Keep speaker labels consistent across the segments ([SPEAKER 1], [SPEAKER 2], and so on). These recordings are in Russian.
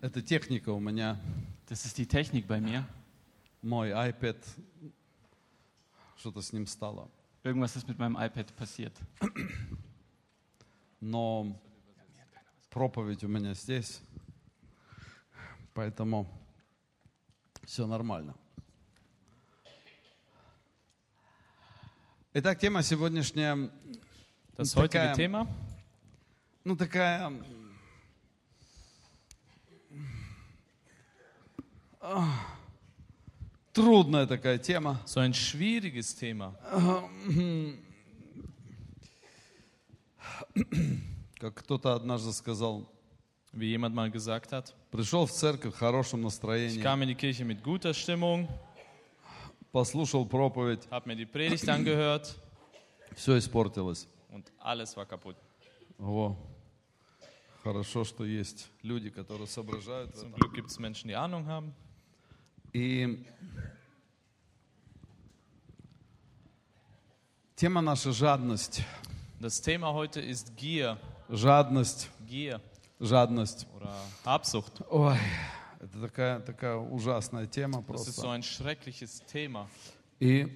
[SPEAKER 1] Это техника у меня,
[SPEAKER 2] Das ist die Technik bei mir.
[SPEAKER 1] мой iPad, что-то с ним стало.
[SPEAKER 2] Irgendwas ist mit meinem iPad passiert.
[SPEAKER 1] Но проповедь у меня здесь, поэтому все нормально. Итак, тема сегодняшняя,
[SPEAKER 3] Das
[SPEAKER 1] Und
[SPEAKER 3] heutige
[SPEAKER 1] Becker-
[SPEAKER 3] Thema,
[SPEAKER 1] ну такая... ах, Трудная такая тема.
[SPEAKER 3] so ein schwieriges Thema,
[SPEAKER 1] Как кто-то однажды сказал,
[SPEAKER 3] wie jemand mal gesagt hat.
[SPEAKER 1] пришел в церковь в хорошем
[SPEAKER 3] Ich
[SPEAKER 1] настроении,
[SPEAKER 3] kam in die Kirche mit guter Stimmung,
[SPEAKER 1] послушал проповедь,
[SPEAKER 3] habe mir die Predigt angehört
[SPEAKER 1] все испортилось.
[SPEAKER 3] und alles war kaputt.
[SPEAKER 1] Во. Хорошо, что есть люди, которые соображают. в
[SPEAKER 3] Zum
[SPEAKER 1] этом.
[SPEAKER 3] Glück gibt es Menschen, die Ahnung haben.
[SPEAKER 1] И тема наша жадность.
[SPEAKER 3] Das Thema heute ist Gier.
[SPEAKER 1] Жадность,
[SPEAKER 3] Gier
[SPEAKER 1] жадность.
[SPEAKER 3] oder Habsucht.
[SPEAKER 1] Ой, это такая, такая ужасная тема
[SPEAKER 3] Das ist so
[SPEAKER 1] просто.
[SPEAKER 3] ein schreckliches Thema.
[SPEAKER 1] И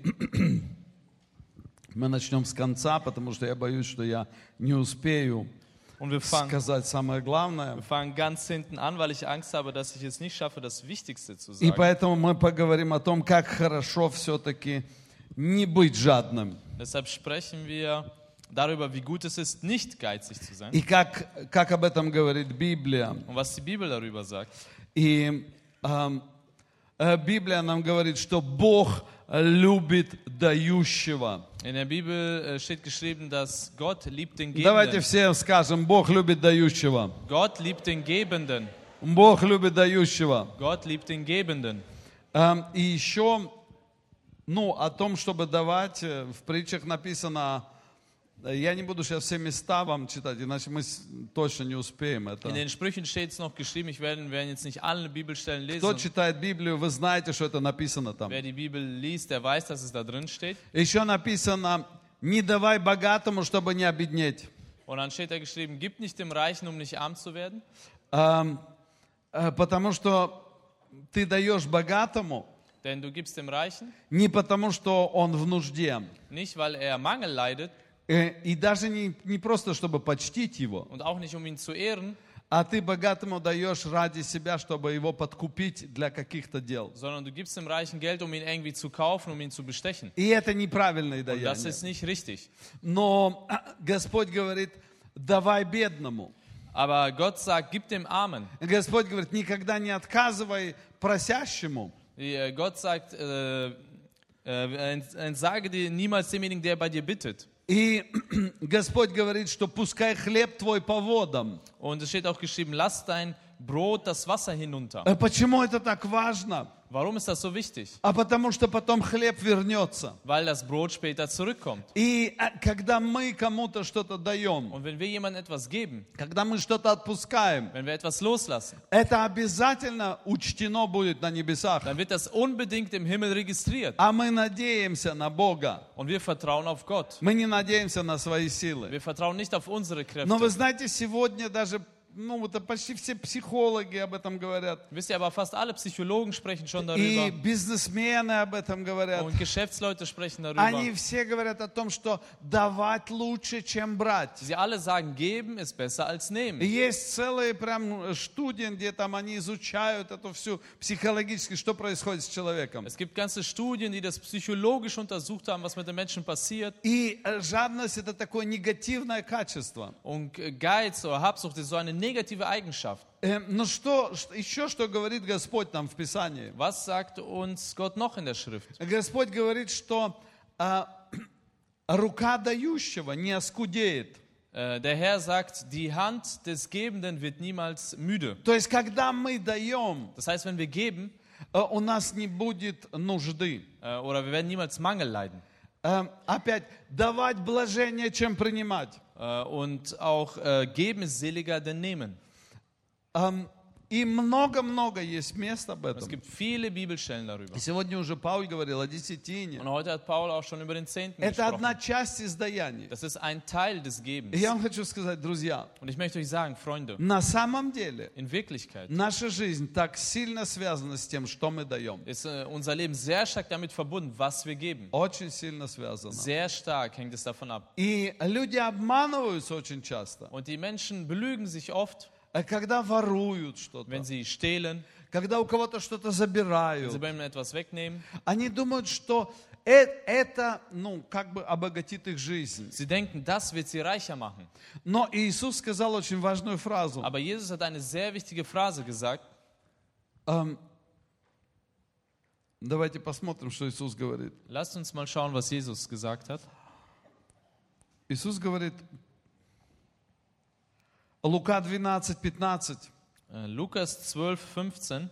[SPEAKER 1] мы начнем с конца, потому что я боюсь, что я не успею
[SPEAKER 3] Und wir fangen,
[SPEAKER 1] сказать самое главное.
[SPEAKER 3] wir fangen ganz hinten an, weil ich Angst habe, dass ich es nicht schaffe, das Wichtigste zu
[SPEAKER 1] И
[SPEAKER 3] sagen.
[SPEAKER 1] поэтому мы поговорим о том, как хорошо все-таки не быть жадным.
[SPEAKER 3] Deshalb sprechen wir darüber, wie gut es ist, nicht geizig zu sein
[SPEAKER 1] И как, как об этом говорит Библия.
[SPEAKER 3] und was die Bibel darüber sagt.
[SPEAKER 1] И ам, э, Библия нам говорит, что Бог любит дающего.
[SPEAKER 3] In der Bibel äh, steht geschrieben, dass Gott liebt den
[SPEAKER 1] Давайте
[SPEAKER 3] Gebenden.
[SPEAKER 1] все скажем, Бог любит дающего.
[SPEAKER 3] Gott liebt den Gebenden.
[SPEAKER 1] Бог любит дающего.
[SPEAKER 3] Gott liebt den Gebenden.
[SPEAKER 1] Ам, и еще, ну, о том, чтобы давать, э, в притчах написано, э, я не буду сейчас все места вам читать, иначе мы с- точно не успеем это.
[SPEAKER 3] In den Sprüchen steht es noch geschrieben, ich werde, werden jetzt nicht alle Bibelstellen
[SPEAKER 1] Кто
[SPEAKER 3] lesen.
[SPEAKER 1] читает Библию, вы знаете, что это написано там.
[SPEAKER 3] Wer die Bibel liest, der weiß, dass es da drin steht.
[SPEAKER 1] Еще написано, не давай богатому, чтобы не обеднеть.
[SPEAKER 3] Und dann steht da geschrieben, gib nicht dem Reichen, um nicht arm zu werden.
[SPEAKER 1] Ам, э, Потому что ты даешь богатому
[SPEAKER 3] Denn du gibst dem Reichen
[SPEAKER 1] не потому, что он в нужде.
[SPEAKER 3] nicht, weil er Mangel leidet
[SPEAKER 1] Э, И даже не, не просто, чтобы почтить его,
[SPEAKER 3] und auch nicht, um ihn zu ehren,
[SPEAKER 1] а ты богатому даешь ради себя, чтобы его подкупить для каких-то дел.
[SPEAKER 3] sondern du gibst dem Reichen Geld, um ihn irgendwie zu kaufen, um ihn zu bestechen.
[SPEAKER 1] И это неправильное
[SPEAKER 3] Und das
[SPEAKER 1] даяние.
[SPEAKER 3] ist nicht richtig.
[SPEAKER 1] Но а, Господь говорит, давай бедному.
[SPEAKER 3] Aber Gott sagt, gib dem Armen.
[SPEAKER 1] Господь говорит, никогда не отказывай просящему.
[SPEAKER 3] Die, äh, Gott sagt, äh, äh, ents- entsage dir niemals demjenigen, der bei dir bittet.
[SPEAKER 1] И Господь говорит, что пускай хлеб твой по водам.
[SPEAKER 3] Und es steht auch geschrieben, lass dein Brot das Wasser hinunter.
[SPEAKER 1] А Почему это так важно?
[SPEAKER 3] Warum ist das so wichtig?
[SPEAKER 1] А потому что потом хлеб вернется.
[SPEAKER 3] Weil das Brot später zurückkommt.
[SPEAKER 1] И а, когда мы кому-то что-то даем,
[SPEAKER 3] Und wenn wir jemandem etwas geben,
[SPEAKER 1] когда мы что-то отпускаем,
[SPEAKER 3] wenn wir etwas loslassen,
[SPEAKER 1] это обязательно учтено будет на небесах.
[SPEAKER 3] dann wird das unbedingt im Himmel registriert.
[SPEAKER 1] А мы надеемся на Бога.
[SPEAKER 3] Und wir vertrauen auf Gott.
[SPEAKER 1] Мы не надеемся на свои силы.
[SPEAKER 3] Wir vertrauen nicht auf unsere
[SPEAKER 1] Но вы
[SPEAKER 3] Kräfte.
[SPEAKER 1] знаете, сегодня даже, ну, это почти все психологи об этом говорят.
[SPEAKER 3] Wisst ihr, aber fast alle Psychologen sprechen schon
[SPEAKER 1] И
[SPEAKER 3] darüber.
[SPEAKER 1] бизнесмены об этом говорят.
[SPEAKER 3] Und Geschäftsleute sprechen
[SPEAKER 1] Они
[SPEAKER 3] darüber.
[SPEAKER 1] все говорят о том, что давать лучше, чем брать.
[SPEAKER 3] Sie alle sagen, geben ist besser als
[SPEAKER 1] И
[SPEAKER 3] nehmen.
[SPEAKER 1] Есть целые прям студии, где там они изучают эту всю психологически, что происходит с человеком.
[SPEAKER 3] Es gibt ganze Studien, die das psychologisch untersucht haben, was mit den Menschen passiert.
[SPEAKER 1] И э, жадность это такое негативное качество.
[SPEAKER 3] Und äh, Geiz oder Habsucht ist so eine negative Eigenschaft.
[SPEAKER 1] Э, Но что ш- еще что говорит Господь нам в Писании?
[SPEAKER 3] Was sagt uns Gott noch in der Schrift?
[SPEAKER 1] Господь говорит, что а, рука дающего не оскудеет.
[SPEAKER 3] Äh, der Herr sagt, die Hand des Gebenden wird niemals müde.
[SPEAKER 1] То есть, когда мы даем,
[SPEAKER 3] Das heißt, wenn wir geben,
[SPEAKER 1] э, у нас не будет нужды.
[SPEAKER 3] äh, oder wir werden niemals Mangel leiden.
[SPEAKER 1] Эм, Опять, давать блажение, чем принимать.
[SPEAKER 3] Äh, und auch äh, geben ist seliger denn nehmen.
[SPEAKER 1] Эм, И много-много есть мест об
[SPEAKER 3] Es
[SPEAKER 1] этом.
[SPEAKER 3] gibt viele Bibelstellen darüber.
[SPEAKER 1] И Сегодня уже Пауль говорил о десятине.
[SPEAKER 3] Und heute hat Paul auch schon über den Zehnten
[SPEAKER 1] Это одна
[SPEAKER 3] gesprochen.
[SPEAKER 1] часть из даяния.
[SPEAKER 3] Das ist ein Teil des
[SPEAKER 1] И
[SPEAKER 3] Gebens.
[SPEAKER 1] я вам хочу сказать, друзья,
[SPEAKER 3] Und ich möchte euch sagen, Freunde,
[SPEAKER 1] на самом деле
[SPEAKER 3] in Wirklichkeit
[SPEAKER 1] наша жизнь так sильно связана с тем, что мы даем.
[SPEAKER 3] ist äh, unser Leben sehr stark damit verbunden, was wir geben.
[SPEAKER 1] Очень сильно связана.
[SPEAKER 3] Sehr stark hängt es davon ab.
[SPEAKER 1] И люди обманываются очень часто.
[SPEAKER 3] Und die Menschen belügen sich oft,
[SPEAKER 1] А Когда воруют что-то,
[SPEAKER 3] wenn sie stehlen,
[SPEAKER 1] когда у кого-то что-то
[SPEAKER 3] wenn sie
[SPEAKER 1] забирают,
[SPEAKER 3] bei ihnen etwas wegnehmen.
[SPEAKER 1] они думают, что э- это, ну, как бы обогатит их жизнь.
[SPEAKER 3] Sie denken, das wird sie reicher machen.
[SPEAKER 1] Но Иисус сказал очень важную фразу.
[SPEAKER 3] Aber Jesus hat eine sehr wichtige Phrase gesagt.
[SPEAKER 1] Эм, Давайте посмотрим, что Иисус говорит.
[SPEAKER 3] Lasst uns mal schauen, was Jesus gesagt hat.
[SPEAKER 1] Иисус говорит, Лука 12, 15.
[SPEAKER 3] Äh, Lukas 12, 15.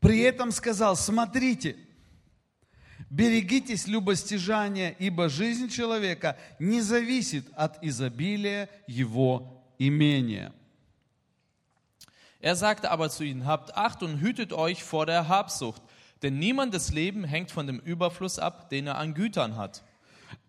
[SPEAKER 1] При этом сказал, смотрите, берегитесь любостяжания, ибо жизнь человека не зависит от изобилия его имения.
[SPEAKER 3] Er sagte aber zu ihnen, habt Acht und hütet euch vor der Habsucht, denn niemandes Leben hängt von dem Überfluss ab, den er an Gütern hat.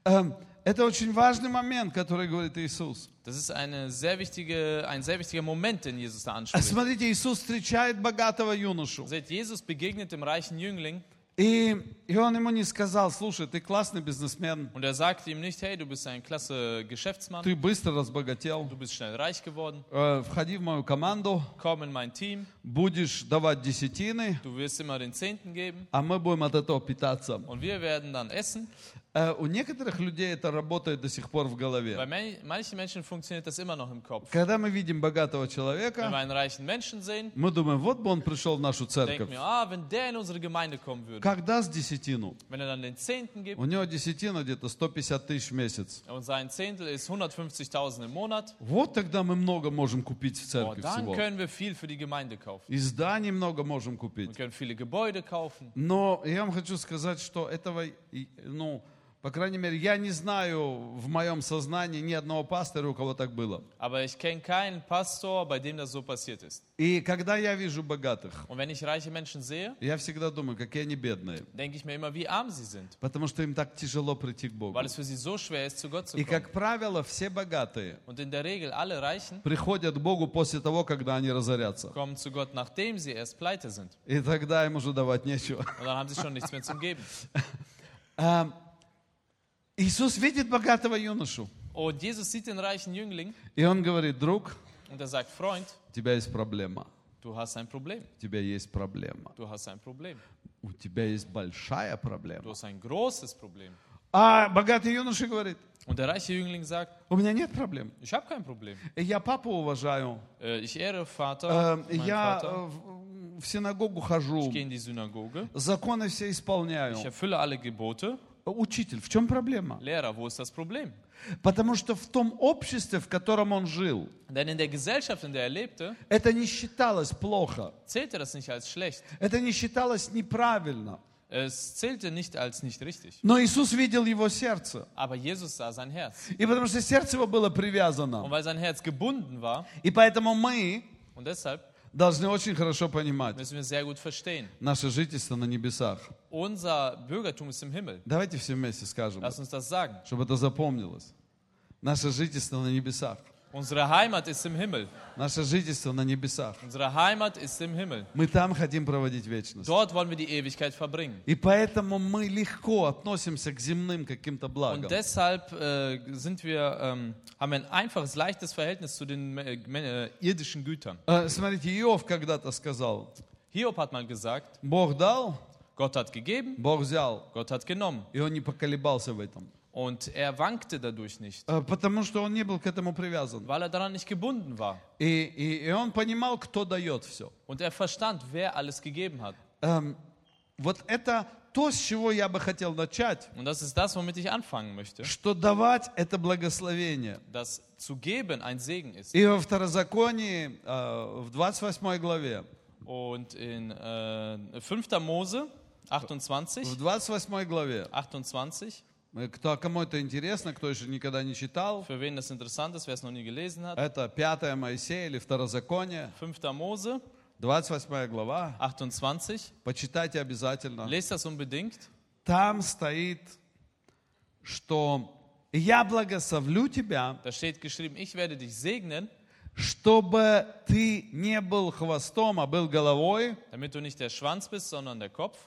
[SPEAKER 1] Эм, Это очень важный момент, который говорит Иисус.
[SPEAKER 3] Das ist eine sehr wichtige, ein sehr wichtiger Moment, den Jesus da
[SPEAKER 1] А
[SPEAKER 3] anspricht.
[SPEAKER 1] Смотрите, Иисус встречает богатого юношу.
[SPEAKER 3] Seht, Jesus begegnet dem reichen Jüngling
[SPEAKER 1] И, и он ему не сказал, slушай, ты классный бизнесмен,
[SPEAKER 3] und er sagt ihm nicht, hey, du bist ein klasse Geschäftsmann,
[SPEAKER 1] ты быстро разбогател,
[SPEAKER 3] du bist schnell reich geworden,
[SPEAKER 1] э, входи в мою команду,
[SPEAKER 3] komm in mein Team,
[SPEAKER 1] будешь давать десятины,
[SPEAKER 3] du wirst immer den Zehnten geben
[SPEAKER 1] а мы будем от этого питаться.
[SPEAKER 3] und wir werden dann essen.
[SPEAKER 1] Э, У некоторых людей это работает до сих пор в
[SPEAKER 3] Bei
[SPEAKER 1] голове.
[SPEAKER 3] man- manchen Menschen funktioniert das immer noch im Kopf.
[SPEAKER 1] Когда мы видим богатого
[SPEAKER 3] Wenn wir
[SPEAKER 1] человека,
[SPEAKER 3] einen reichen Menschen sehen,
[SPEAKER 1] мы думаем, вот бы он пришел в нашу
[SPEAKER 3] denken
[SPEAKER 1] церковь.
[SPEAKER 3] wir, ah, wenn der in unsere Gemeinde kommen würde,
[SPEAKER 1] Как даст десятину?
[SPEAKER 3] wenn er dann den Zehnten gibt,
[SPEAKER 1] У него десятина где-то 150 тысяч в месяц.
[SPEAKER 3] Und sein Zehntel ist 150.000 im Monat.
[SPEAKER 1] Вот тогда мы много можем kупить в
[SPEAKER 3] Boah,
[SPEAKER 1] церкви
[SPEAKER 3] dann
[SPEAKER 1] всего.
[SPEAKER 3] können wir viel für die Gemeinde kaufen.
[SPEAKER 1] И зданий много можем
[SPEAKER 3] Wir
[SPEAKER 1] купить.
[SPEAKER 3] können viele Gebäude kaufen.
[SPEAKER 1] Но я вам хочу сказать, что этого, и- ну, по крайней мере, я не знаю в моем сознании ни одного пастора, у кого так было.
[SPEAKER 3] Aber ich kenne keinen Pastor, bei dem das so passiert ist.
[SPEAKER 1] И когда я вижу богатых,
[SPEAKER 3] Und wenn ich reiche Menschen sehe,
[SPEAKER 1] я всегда думаю, какие они бедные.
[SPEAKER 3] denke ich mir immer, wie arm sie sind.
[SPEAKER 1] Потому что им так тяжело прийти к Богу.
[SPEAKER 3] Weil es für sie so schwer ist, zu Gott zu
[SPEAKER 1] И,
[SPEAKER 3] kommen.
[SPEAKER 1] как правило, все богатые
[SPEAKER 3] Und in der Regel alle Reichen
[SPEAKER 1] приходят к Богу после того, когда они разорятся.
[SPEAKER 3] kommen zu Gott, nachdem sie erst pleite sind.
[SPEAKER 1] И тогда им уже давать нечего.
[SPEAKER 3] Und dann haben sie schon nichts mehr zum Geben.
[SPEAKER 1] А, Иисус видит богатого юношу.
[SPEAKER 3] Und Jesus sieht den reichen Jüngling
[SPEAKER 1] И он говорит, друг,
[SPEAKER 3] und er sagt, Freund,
[SPEAKER 1] у тебя есть проблема.
[SPEAKER 3] du hast ein Problem.
[SPEAKER 1] У тебя есть проблема.
[SPEAKER 3] Du hast ein Problem.
[SPEAKER 1] У тебя есть большая
[SPEAKER 3] Du
[SPEAKER 1] проблема.
[SPEAKER 3] hast ein großes Problem.
[SPEAKER 1] А богатый юноша говорит,
[SPEAKER 3] Und der reiche Jüngling sagt,
[SPEAKER 1] у меня нет проблем.
[SPEAKER 3] ich habe kein Problem.
[SPEAKER 1] Я папу уважаю.
[SPEAKER 3] Äh, Ich ehre Vater,
[SPEAKER 1] Э,
[SPEAKER 3] meinen
[SPEAKER 1] Я
[SPEAKER 3] Vater.
[SPEAKER 1] э, в в синагогу хожу.
[SPEAKER 3] Ich gehe in die Synagoge.
[SPEAKER 1] Законы все исполняю.
[SPEAKER 3] Ich erfülle alle Gebote.
[SPEAKER 1] Учитель, в чем проблема?
[SPEAKER 3] Lehrer, wo ist das Problem?
[SPEAKER 1] Потому что в том обществе, в котором он жил,
[SPEAKER 3] Denn in der Gesellschaft, in der er lebte,
[SPEAKER 1] это не считалось плохо,
[SPEAKER 3] zählte das nicht als schlecht.
[SPEAKER 1] это не считалось неправильно.
[SPEAKER 3] Es zählte nicht als nicht richtig.
[SPEAKER 1] Но Иисус видел его сердце.
[SPEAKER 3] Aber Jesus sah sein Herz.
[SPEAKER 1] И потому что сердце его было
[SPEAKER 3] Und
[SPEAKER 1] привязано.
[SPEAKER 3] weil sein Herz gebunden war,
[SPEAKER 1] И поэтому мы
[SPEAKER 3] und deshalb
[SPEAKER 1] должны очень хорошо понимать
[SPEAKER 3] müssen wir sehr gut verstehen,
[SPEAKER 1] наше жительство на небесах.
[SPEAKER 3] unser Bürgertum ist im Himmel.
[SPEAKER 1] Давайте все вместе скажем,
[SPEAKER 3] Lass uns das sagen.
[SPEAKER 1] чтобы это запомнилось. Nаше жительство на небесах.
[SPEAKER 3] Unsere Heimat ist im Himmel.
[SPEAKER 1] Наше жительство на небесах.
[SPEAKER 3] Unsere Heimat ist im Himmel.
[SPEAKER 1] Мы там хотим проводить вечность.
[SPEAKER 3] Dort wollen wir die Ewigkeit verbringen.
[SPEAKER 1] И поэтому мы легко относимся к земным каким-то
[SPEAKER 3] Und
[SPEAKER 1] благам.
[SPEAKER 3] deshalb äh, sind wir, ähm, haben wir ein einfaches, leichtes Verhältnis zu den äh, men- äh, irdischen Gütern.
[SPEAKER 1] Э, Смотрите, Иов когда-то сказал,
[SPEAKER 3] Hiob hat mal gesagt,
[SPEAKER 1] Бог дал,
[SPEAKER 3] Gott hat gegeben,
[SPEAKER 1] Бог взял.
[SPEAKER 3] Gott hat genommen.
[SPEAKER 1] И он не поколебался в этом.
[SPEAKER 3] Und er wankte dadurch nicht,
[SPEAKER 1] Э, Потому что он не был к этому привязан.
[SPEAKER 3] weil er daran nicht gebunden war.
[SPEAKER 1] И, и, и он понимал, кто дает все.
[SPEAKER 3] Und er verstand, wer alles gegeben hat.
[SPEAKER 1] Эм, вот это то, с чего я бы хотел начать.
[SPEAKER 3] Und das ist das, womit ich anfangen möchte,
[SPEAKER 1] Что давать – это благословение.
[SPEAKER 3] dass zu geben ein Segen ist.
[SPEAKER 1] И во Второзаконии, э, в 28 главе,
[SPEAKER 3] Und in äh, 5. Mose
[SPEAKER 1] в
[SPEAKER 3] 28,
[SPEAKER 1] 28 главе,
[SPEAKER 3] 28,
[SPEAKER 1] э, кто, кому это интересно, кто еще никогда не читал,
[SPEAKER 3] für wen das interessant ist, wer es noch nie gelesen hat,
[SPEAKER 1] это 5 Моисея или Второзаконие,
[SPEAKER 3] 5. Mose
[SPEAKER 1] 28 глава,
[SPEAKER 3] 28.
[SPEAKER 1] почитайте обязательно.
[SPEAKER 3] Lest das unbedingt.
[SPEAKER 1] Там стоит, что я благословлю тебя,
[SPEAKER 3] Da steht geschrieben, ich werde dich segnen,
[SPEAKER 1] чтобы ты не был хвостом, а был головой,
[SPEAKER 3] damit du nicht der Schwanz bist, sondern der Kopf.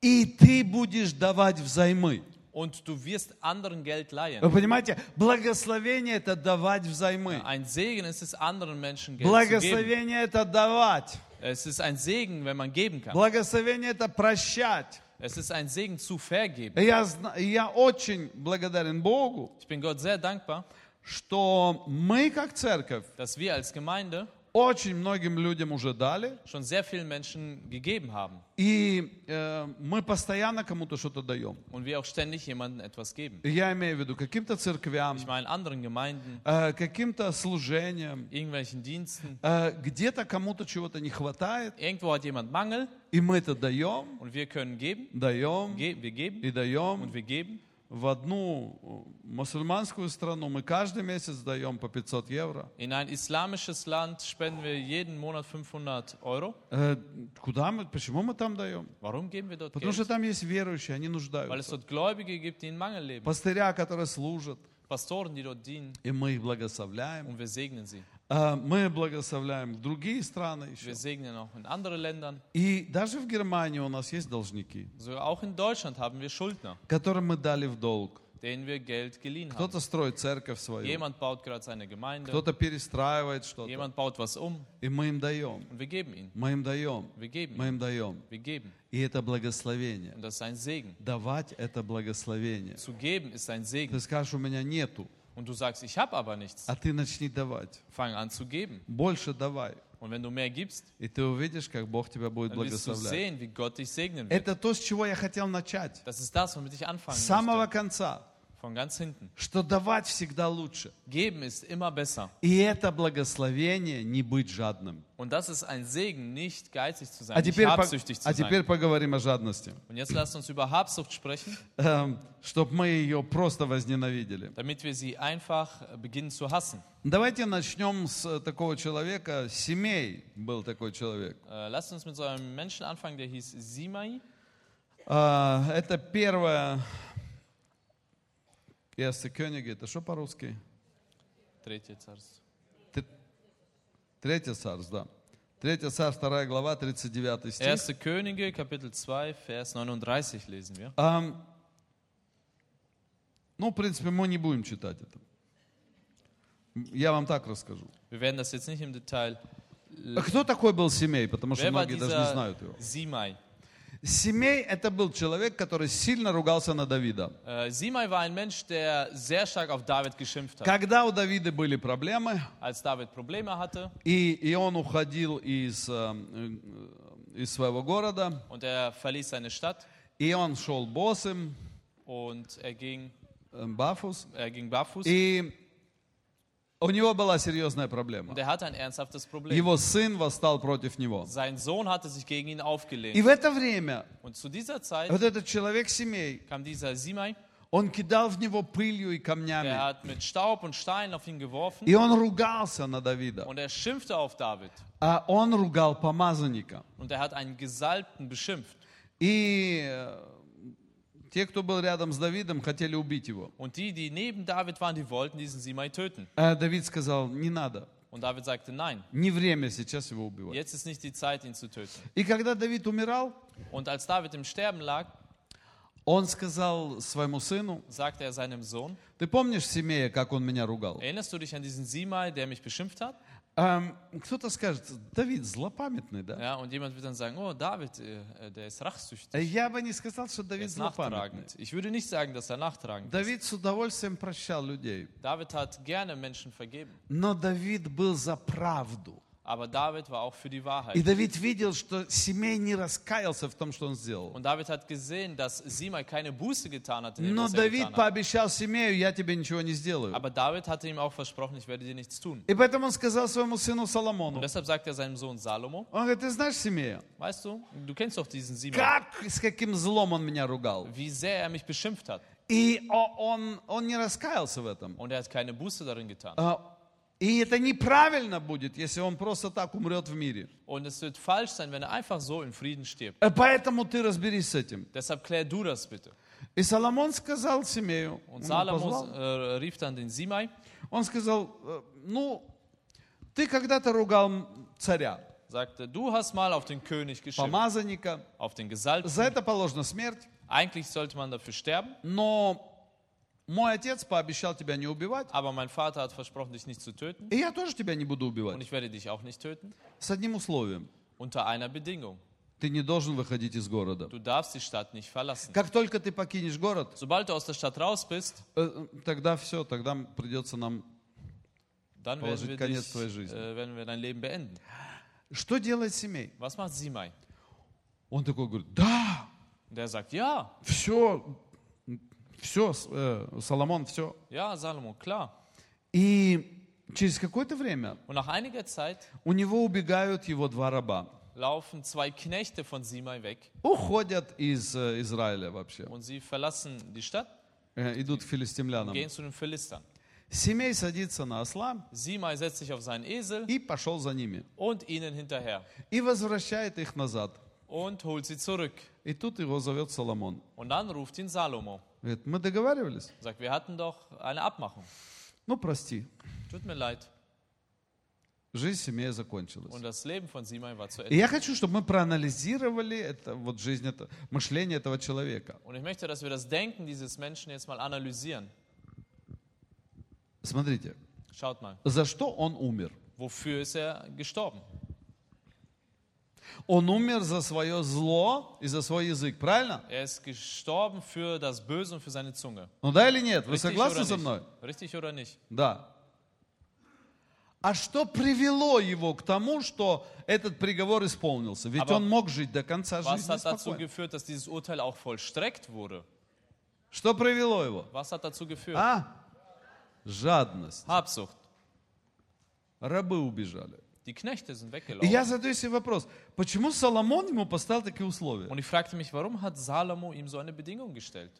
[SPEAKER 1] и ты будешь давать взаймы.
[SPEAKER 3] Und du wirst anderen Geld leihen.
[SPEAKER 1] Вы poнимаете, благословение это давать взаймы.
[SPEAKER 3] Ein Segen ist es, anderen Menschen Geld zu geben.
[SPEAKER 1] Благословение это давать.
[SPEAKER 3] Es ist ein Segen, wenn man geben kann.
[SPEAKER 1] Благословение это прощать.
[SPEAKER 3] Es ist ein Segen zu vergeben.
[SPEAKER 1] Я, зна- я очень благодарен Богу,
[SPEAKER 3] Ich bin Gott sehr dankbar,
[SPEAKER 1] что мы как церковь
[SPEAKER 3] dass wir als Gemeinde
[SPEAKER 1] очень многим людям уже дали,
[SPEAKER 3] schon sehr vielen Menschen gegeben haben
[SPEAKER 1] и э, мы постоянно кому-то что-то даем.
[SPEAKER 3] und wir auch ständig jemandem etwas geben.
[SPEAKER 1] Я имею в виду каким-то церквям,
[SPEAKER 3] Ich meine, anderen Gemeinden,
[SPEAKER 1] э, каким-то служением,
[SPEAKER 3] irgendwelchen Diensten.
[SPEAKER 1] э, где-то kому-то чего-то не хватает,
[SPEAKER 3] Irgendwo hat jemand Mangel
[SPEAKER 1] и мы это даем,
[SPEAKER 3] und wir können geben,
[SPEAKER 1] даем
[SPEAKER 3] ge wir geben
[SPEAKER 1] и даем.
[SPEAKER 3] und wir geben.
[SPEAKER 1] В одну э, мусульманскую страну мы каждый месяц даем по 500 евро.
[SPEAKER 3] In ein islamisches Land spenden wir jeden Monat 500 Euro.
[SPEAKER 1] Э, Куда мы, почему мы там даем?
[SPEAKER 3] Warum geben wir dort
[SPEAKER 1] Потому что
[SPEAKER 3] Geld?
[SPEAKER 1] там есть верующие, они
[SPEAKER 3] Weil es
[SPEAKER 1] нуждаются.
[SPEAKER 3] dort Gläubige gibt, die in Mangel leben.
[SPEAKER 1] Пастыря, которые служат,
[SPEAKER 3] Pastoren, die dort dienen
[SPEAKER 1] и мы их благословляем.
[SPEAKER 3] und wir segnen sie.
[SPEAKER 1] Э, Мы благословляем другие страны еще.
[SPEAKER 3] Wir segnen auch in anderen Ländern.
[SPEAKER 1] И даже в Германии у нас есть должники,
[SPEAKER 3] So auch in Deutschland haben wir Schuldner,
[SPEAKER 1] которым мы дали в долг.
[SPEAKER 3] denen wir Geld geliehen haben.
[SPEAKER 1] Кто-то строит церковь свою,
[SPEAKER 3] Jemand baut gerade seine Gemeinde,
[SPEAKER 1] кто-то перестраивает что-то,
[SPEAKER 3] jemand baut was um
[SPEAKER 1] и мы им даем,
[SPEAKER 3] und wir geben ihn.
[SPEAKER 1] мы им даем,
[SPEAKER 3] Wir geben
[SPEAKER 1] мы им
[SPEAKER 3] ihn.
[SPEAKER 1] даем.
[SPEAKER 3] Wir geben.
[SPEAKER 1] И это благословение.
[SPEAKER 3] Und das ist ein Segen.
[SPEAKER 1] Давать это благословение.
[SPEAKER 3] Zu geben ist ein Segen.
[SPEAKER 1] Ты скажешь, у меня нету,
[SPEAKER 3] Und du sagst, ich habe aber nichts.
[SPEAKER 1] а ты начни давать.
[SPEAKER 3] Fang an zu geben.
[SPEAKER 1] Больше давай.
[SPEAKER 3] Und wenn du mehr gibst,
[SPEAKER 1] И ты увидишь, как Бог тебя будет
[SPEAKER 3] dann wirst du
[SPEAKER 1] благословлять.
[SPEAKER 3] sehen, wie Gott dich segnen wird.
[SPEAKER 1] Это то, с чего я хотел начать.
[SPEAKER 3] Das ist das, womit ich anfangen
[SPEAKER 1] С самого
[SPEAKER 3] möchte.
[SPEAKER 1] конца.
[SPEAKER 3] Von ganz hinten.
[SPEAKER 1] Что давать всегда лучше.
[SPEAKER 3] Geben ist immer besser.
[SPEAKER 1] И это благословение не быть жадным.
[SPEAKER 3] Und das ist ein Segen, nicht geizig zu sein,
[SPEAKER 1] А
[SPEAKER 3] nicht
[SPEAKER 1] теперь, по-
[SPEAKER 3] habsüchtig zu
[SPEAKER 1] а
[SPEAKER 3] sein.
[SPEAKER 1] теперь поговорим о жадности.
[SPEAKER 3] Und jetzt lasst uns über Habsucht sprechen,
[SPEAKER 1] чтобы мы ее просто возненавидели.
[SPEAKER 3] damit wir sie einfach äh, beginnen zu hassen.
[SPEAKER 1] Давайте начнем с э, такого человека. Семей был такой человек.
[SPEAKER 3] Äh, lasst uns mit so einem Menschen anfangen, der hieß Simai.
[SPEAKER 1] А, это первое... Erste Könige, это что по-рusски?
[SPEAKER 3] Dreht jetzt alles.
[SPEAKER 1] Тр- Третье царство, да. Третье царство, вторая глава, 39 стих.
[SPEAKER 3] 1. Könige, Kapitel 2, Vers 39 lesen wir.
[SPEAKER 1] Ам, А, ну, в принципе, мы не будем читать это. Я вам так расскажу.
[SPEAKER 3] Wir werden das jetzt nicht im Detail. Э.
[SPEAKER 1] А Кто такой был Семей? Потому что
[SPEAKER 3] Wer war
[SPEAKER 1] многие даже не
[SPEAKER 3] dieser
[SPEAKER 1] знают его.
[SPEAKER 3] Simai?
[SPEAKER 1] Семей это был человек, который сильно ругался на Давида.
[SPEAKER 3] Äh, Simei war ein Mensch, der sehr stark auf David geschimpft hat.
[SPEAKER 1] Когда у Давида были проблемы,
[SPEAKER 3] Als David Probleme hatte
[SPEAKER 1] и, и он уходил из, э, м, э, из своего города,
[SPEAKER 3] und er verließ seine Stadt
[SPEAKER 1] и он шел босым,
[SPEAKER 3] und er ging,
[SPEAKER 1] э, Бафус,
[SPEAKER 3] er ging barfuß
[SPEAKER 1] и у него была серьезная проблема.
[SPEAKER 3] und er hatte ein ernsthaftes Problem.
[SPEAKER 1] Его сын восстал против него.
[SPEAKER 3] Sein Sohn hatte sich gegen ihn
[SPEAKER 1] И
[SPEAKER 3] aufgelehnt.
[SPEAKER 1] в это время
[SPEAKER 3] Und zu dieser Zeit
[SPEAKER 1] вот этот человек семей,
[SPEAKER 3] kam dieser Simei,
[SPEAKER 1] он кидал в него пылью и
[SPEAKER 3] der
[SPEAKER 1] камнями,
[SPEAKER 3] hat mit Staub und Steinen auf ihn geworfen
[SPEAKER 1] и он ругался на Давида,
[SPEAKER 3] und er schimpfte auf David.
[SPEAKER 1] а он ругал помазанника.
[SPEAKER 3] Und er hat einen Gesalbten beschimpft.
[SPEAKER 1] И э, те, кто был рядом с Давидом, хотели убить его.
[SPEAKER 3] Und die, die neben David waren, die wollten diesen Simei töten.
[SPEAKER 1] А Давид сказал, не надо,
[SPEAKER 3] Und David sagte, nein,
[SPEAKER 1] не время сейчас его убивать.
[SPEAKER 3] jetzt ist nicht die Zeit, ihn zu töten.
[SPEAKER 1] И когда Давид умирал,
[SPEAKER 3] Und als David im Sterben lag,
[SPEAKER 1] он сказал своему сыну,
[SPEAKER 3] sagte er seinem Sohn,
[SPEAKER 1] ты помнишь, Семея, как он меня ругал?
[SPEAKER 3] erinnerst du dich an diesen Simei, der mich beschimpft hat?
[SPEAKER 1] Ам, Кто-то скажет, Давид злопамятный, да?
[SPEAKER 3] Ja, und jemand wird dann sagen, oh, David, äh, äh, der ist rachsüchtig,
[SPEAKER 1] Э, Я бы не сказал, что
[SPEAKER 3] der
[SPEAKER 1] Давид
[SPEAKER 3] ist
[SPEAKER 1] злопамятный.
[SPEAKER 3] nachtragend. Ich würde nicht sagen, dass er nachtragend ist.
[SPEAKER 1] Давид с удовольствием прощал людей,
[SPEAKER 3] David hat gerne Menschen vergeben,
[SPEAKER 1] но Давид был за правду.
[SPEAKER 3] aber David war auch für die
[SPEAKER 1] И
[SPEAKER 3] Wahrheit.
[SPEAKER 1] Давид видел, что Семей не раскаялся в том, что он сделал.
[SPEAKER 3] Und David hat gesehen, dass Simei keine Buße getan hat, in dem,
[SPEAKER 1] Но
[SPEAKER 3] was er getan
[SPEAKER 1] Давид
[SPEAKER 3] hat.
[SPEAKER 1] пообещал Семею, я тебе ничего не сделаю.
[SPEAKER 3] Aber David hatte ihm auch versprochen, ich werde dir nichts tun.
[SPEAKER 1] И поэтому он сказал своему сыну
[SPEAKER 3] Und
[SPEAKER 1] Соломону.
[SPEAKER 3] deshalb sagt er seinem Sohn Salomo,
[SPEAKER 1] Он говорит, ты знаешь, Семея,
[SPEAKER 3] weißt du, du kennst doch diesen Simei,
[SPEAKER 1] как, с каким zлом он меня ругал.
[SPEAKER 3] wie sehr er mich beschimpft hat.
[SPEAKER 1] И о- он, он не раскаялся в этом.
[SPEAKER 3] Und er hat keine Buße darin getan.
[SPEAKER 1] А, И это неправильно будет, если он просто так умрет в мире.
[SPEAKER 3] Und es wird falsch sein, wenn er einfach so im Frieden stirbt.
[SPEAKER 1] Э, Поэтому ты разберись с этим.
[SPEAKER 3] Deshalb klär du das bitte.
[SPEAKER 1] И Соломон сказал Семею, он,
[SPEAKER 3] Und
[SPEAKER 1] его
[SPEAKER 3] Salomo
[SPEAKER 1] позвал.
[SPEAKER 3] äh, rief dann den Simei,
[SPEAKER 1] он сказал, «Э, ну, ты когда-то ругал м, царя,
[SPEAKER 3] sagte, du hast mal auf den König geschimpft,
[SPEAKER 1] помазанника,
[SPEAKER 3] auf den Gesalbten.
[SPEAKER 1] за это положена смерть,
[SPEAKER 3] Eigentlich sollte man dafür sterben,
[SPEAKER 1] но мой отец пообещал тебя не убивать,
[SPEAKER 3] aber mein Vater hat versprochen, dich nicht zu töten
[SPEAKER 1] и я тоже тебя не буду
[SPEAKER 3] und
[SPEAKER 1] убивать.
[SPEAKER 3] ich werde dich auch nicht töten,
[SPEAKER 1] С одним условием,
[SPEAKER 3] unter einer Bedingung.
[SPEAKER 1] ты не должен выходить из города.
[SPEAKER 3] Du darfst die Stadt nicht verlassen.
[SPEAKER 1] Как только ты покинешь город,
[SPEAKER 3] Sobald du aus der Stadt raus bist,
[SPEAKER 1] э, тогда все, тогda придется нам...
[SPEAKER 3] dann
[SPEAKER 1] Положить
[SPEAKER 3] werden wir,
[SPEAKER 1] конец
[SPEAKER 3] dich,
[SPEAKER 1] твоей жизни.
[SPEAKER 3] äh, werden wir dein Leben beenden.
[SPEAKER 1] Что делает Семей?
[SPEAKER 3] Was macht Simei?
[SPEAKER 1] Он такой говорит, да,
[SPEAKER 3] Und Der sagt, ja,
[SPEAKER 1] все, все, э, Соломон, все.
[SPEAKER 3] ja, Salomo, klar.
[SPEAKER 1] И через какое-то время
[SPEAKER 3] Und nach einiger Zeit
[SPEAKER 1] у него убегают его два раба.
[SPEAKER 3] laufen zwei Knechte von Simei weg
[SPEAKER 1] Уходят из э, Израиля вообще.
[SPEAKER 3] und sie verlassen die Stadt
[SPEAKER 1] Э, Идут к
[SPEAKER 3] und
[SPEAKER 1] филистимлянам.
[SPEAKER 3] gehen zu den Philistern.
[SPEAKER 1] Семей садится на осла
[SPEAKER 3] Simei setzt sich auf seinen Esel
[SPEAKER 1] и пошел за ними.
[SPEAKER 3] und ihnen hinterher
[SPEAKER 1] И возвращает их назад.
[SPEAKER 3] und holt sie zurück.
[SPEAKER 1] И тут его зовет Соломон.
[SPEAKER 3] Und dann ruft ihn Salomo.
[SPEAKER 1] Говорит, мы договаривались?
[SPEAKER 3] Sagt, wir hatten doch eine Abmachung.
[SPEAKER 1] Ну, прости.
[SPEAKER 3] Tut mir leid.
[SPEAKER 1] Жизнь Семея закончилась.
[SPEAKER 3] Und das Leben von Simei war zu
[SPEAKER 1] И
[SPEAKER 3] Ende.
[SPEAKER 1] я хочу, чтобы мы проанализировали это, вот жизнь, это, мышление этого человека.
[SPEAKER 3] Und ich möchte, dass wir das Denken dieses Menschen jetzt mal analysieren.
[SPEAKER 1] Смотрите,
[SPEAKER 3] Schaut mal,
[SPEAKER 1] за что он умер?
[SPEAKER 3] wofür ist er gestorben?
[SPEAKER 1] Он умер за свое зло и за свой язык, правильно?
[SPEAKER 3] Er ist gestorben für das Böse und für seine Zunge.
[SPEAKER 1] Ну да или нет? Вы
[SPEAKER 3] Richtig
[SPEAKER 1] согласны со
[SPEAKER 3] oder
[SPEAKER 1] мной?
[SPEAKER 3] nicht? Richtig oder nicht?
[SPEAKER 1] Да. А что привело его к тому, что этот приговор исполнился? Ведь
[SPEAKER 3] Aber
[SPEAKER 1] он мог жить до конца
[SPEAKER 3] Was
[SPEAKER 1] жизни
[SPEAKER 3] hat dazu
[SPEAKER 1] спокойно.
[SPEAKER 3] geführt, dass dieses Urteil auch vollstreckt wurde?
[SPEAKER 1] Что привело его?
[SPEAKER 3] Was hat dazu geführt?
[SPEAKER 1] А? Жадность.
[SPEAKER 3] Habsucht.
[SPEAKER 1] Рабы убежали.
[SPEAKER 3] Die Knechte sind
[SPEAKER 1] И я
[SPEAKER 3] weggelaufen.
[SPEAKER 1] задаю себе вопрос, почему Соломон ему поставил такие условия?
[SPEAKER 3] Und ich fragte mich, warum hat Salomo ihm so eine Bedingung gestellt?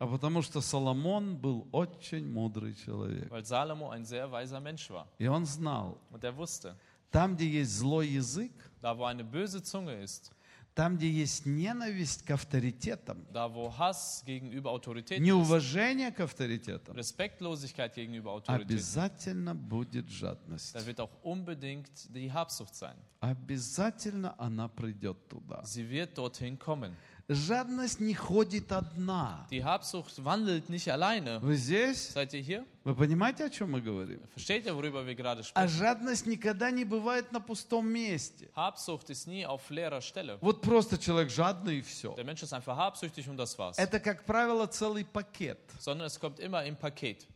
[SPEAKER 1] А потому что Соломон был очень мудрый человек.
[SPEAKER 3] Weil Salomo ein sehr weiser Mensch war.
[SPEAKER 1] И он знал,
[SPEAKER 3] Und er wusste,
[SPEAKER 1] там, где есть злой язык,
[SPEAKER 3] da wo eine böse Zunge ist,
[SPEAKER 1] там, где есть ненависть к авторитетам,
[SPEAKER 3] da wo Hass gegenüber Autoritäten ist,
[SPEAKER 1] неуважение к авторитетам,
[SPEAKER 3] Respektlosigkeit gegenüber Autoritäten,
[SPEAKER 1] обязательно будет жадность.
[SPEAKER 3] da wird auch unbedingt die Habsucht sein.
[SPEAKER 1] Обязательно она придет tуда.
[SPEAKER 3] Sie wird dorthin kommen.
[SPEAKER 1] Жадность не ходит одна.
[SPEAKER 3] Die Habsucht wandelt nicht alleine.
[SPEAKER 1] Вы здесь?
[SPEAKER 3] Seid ihr hier?
[SPEAKER 1] Вы понимаете, о чем мы говорим?
[SPEAKER 3] Versteht ihr, worüber wir gerade
[SPEAKER 1] А
[SPEAKER 3] sprechen?
[SPEAKER 1] жадность никогда не бывает на пустом месте.
[SPEAKER 3] Habsucht ist nie auf leerer Stelle.
[SPEAKER 1] Вот просто человек жадный и все.
[SPEAKER 3] Der Mensch ist einfach habsüchtig und das war's.
[SPEAKER 1] Это, как правило, целый пакет.
[SPEAKER 3] Sondern es kommt immer im Paket.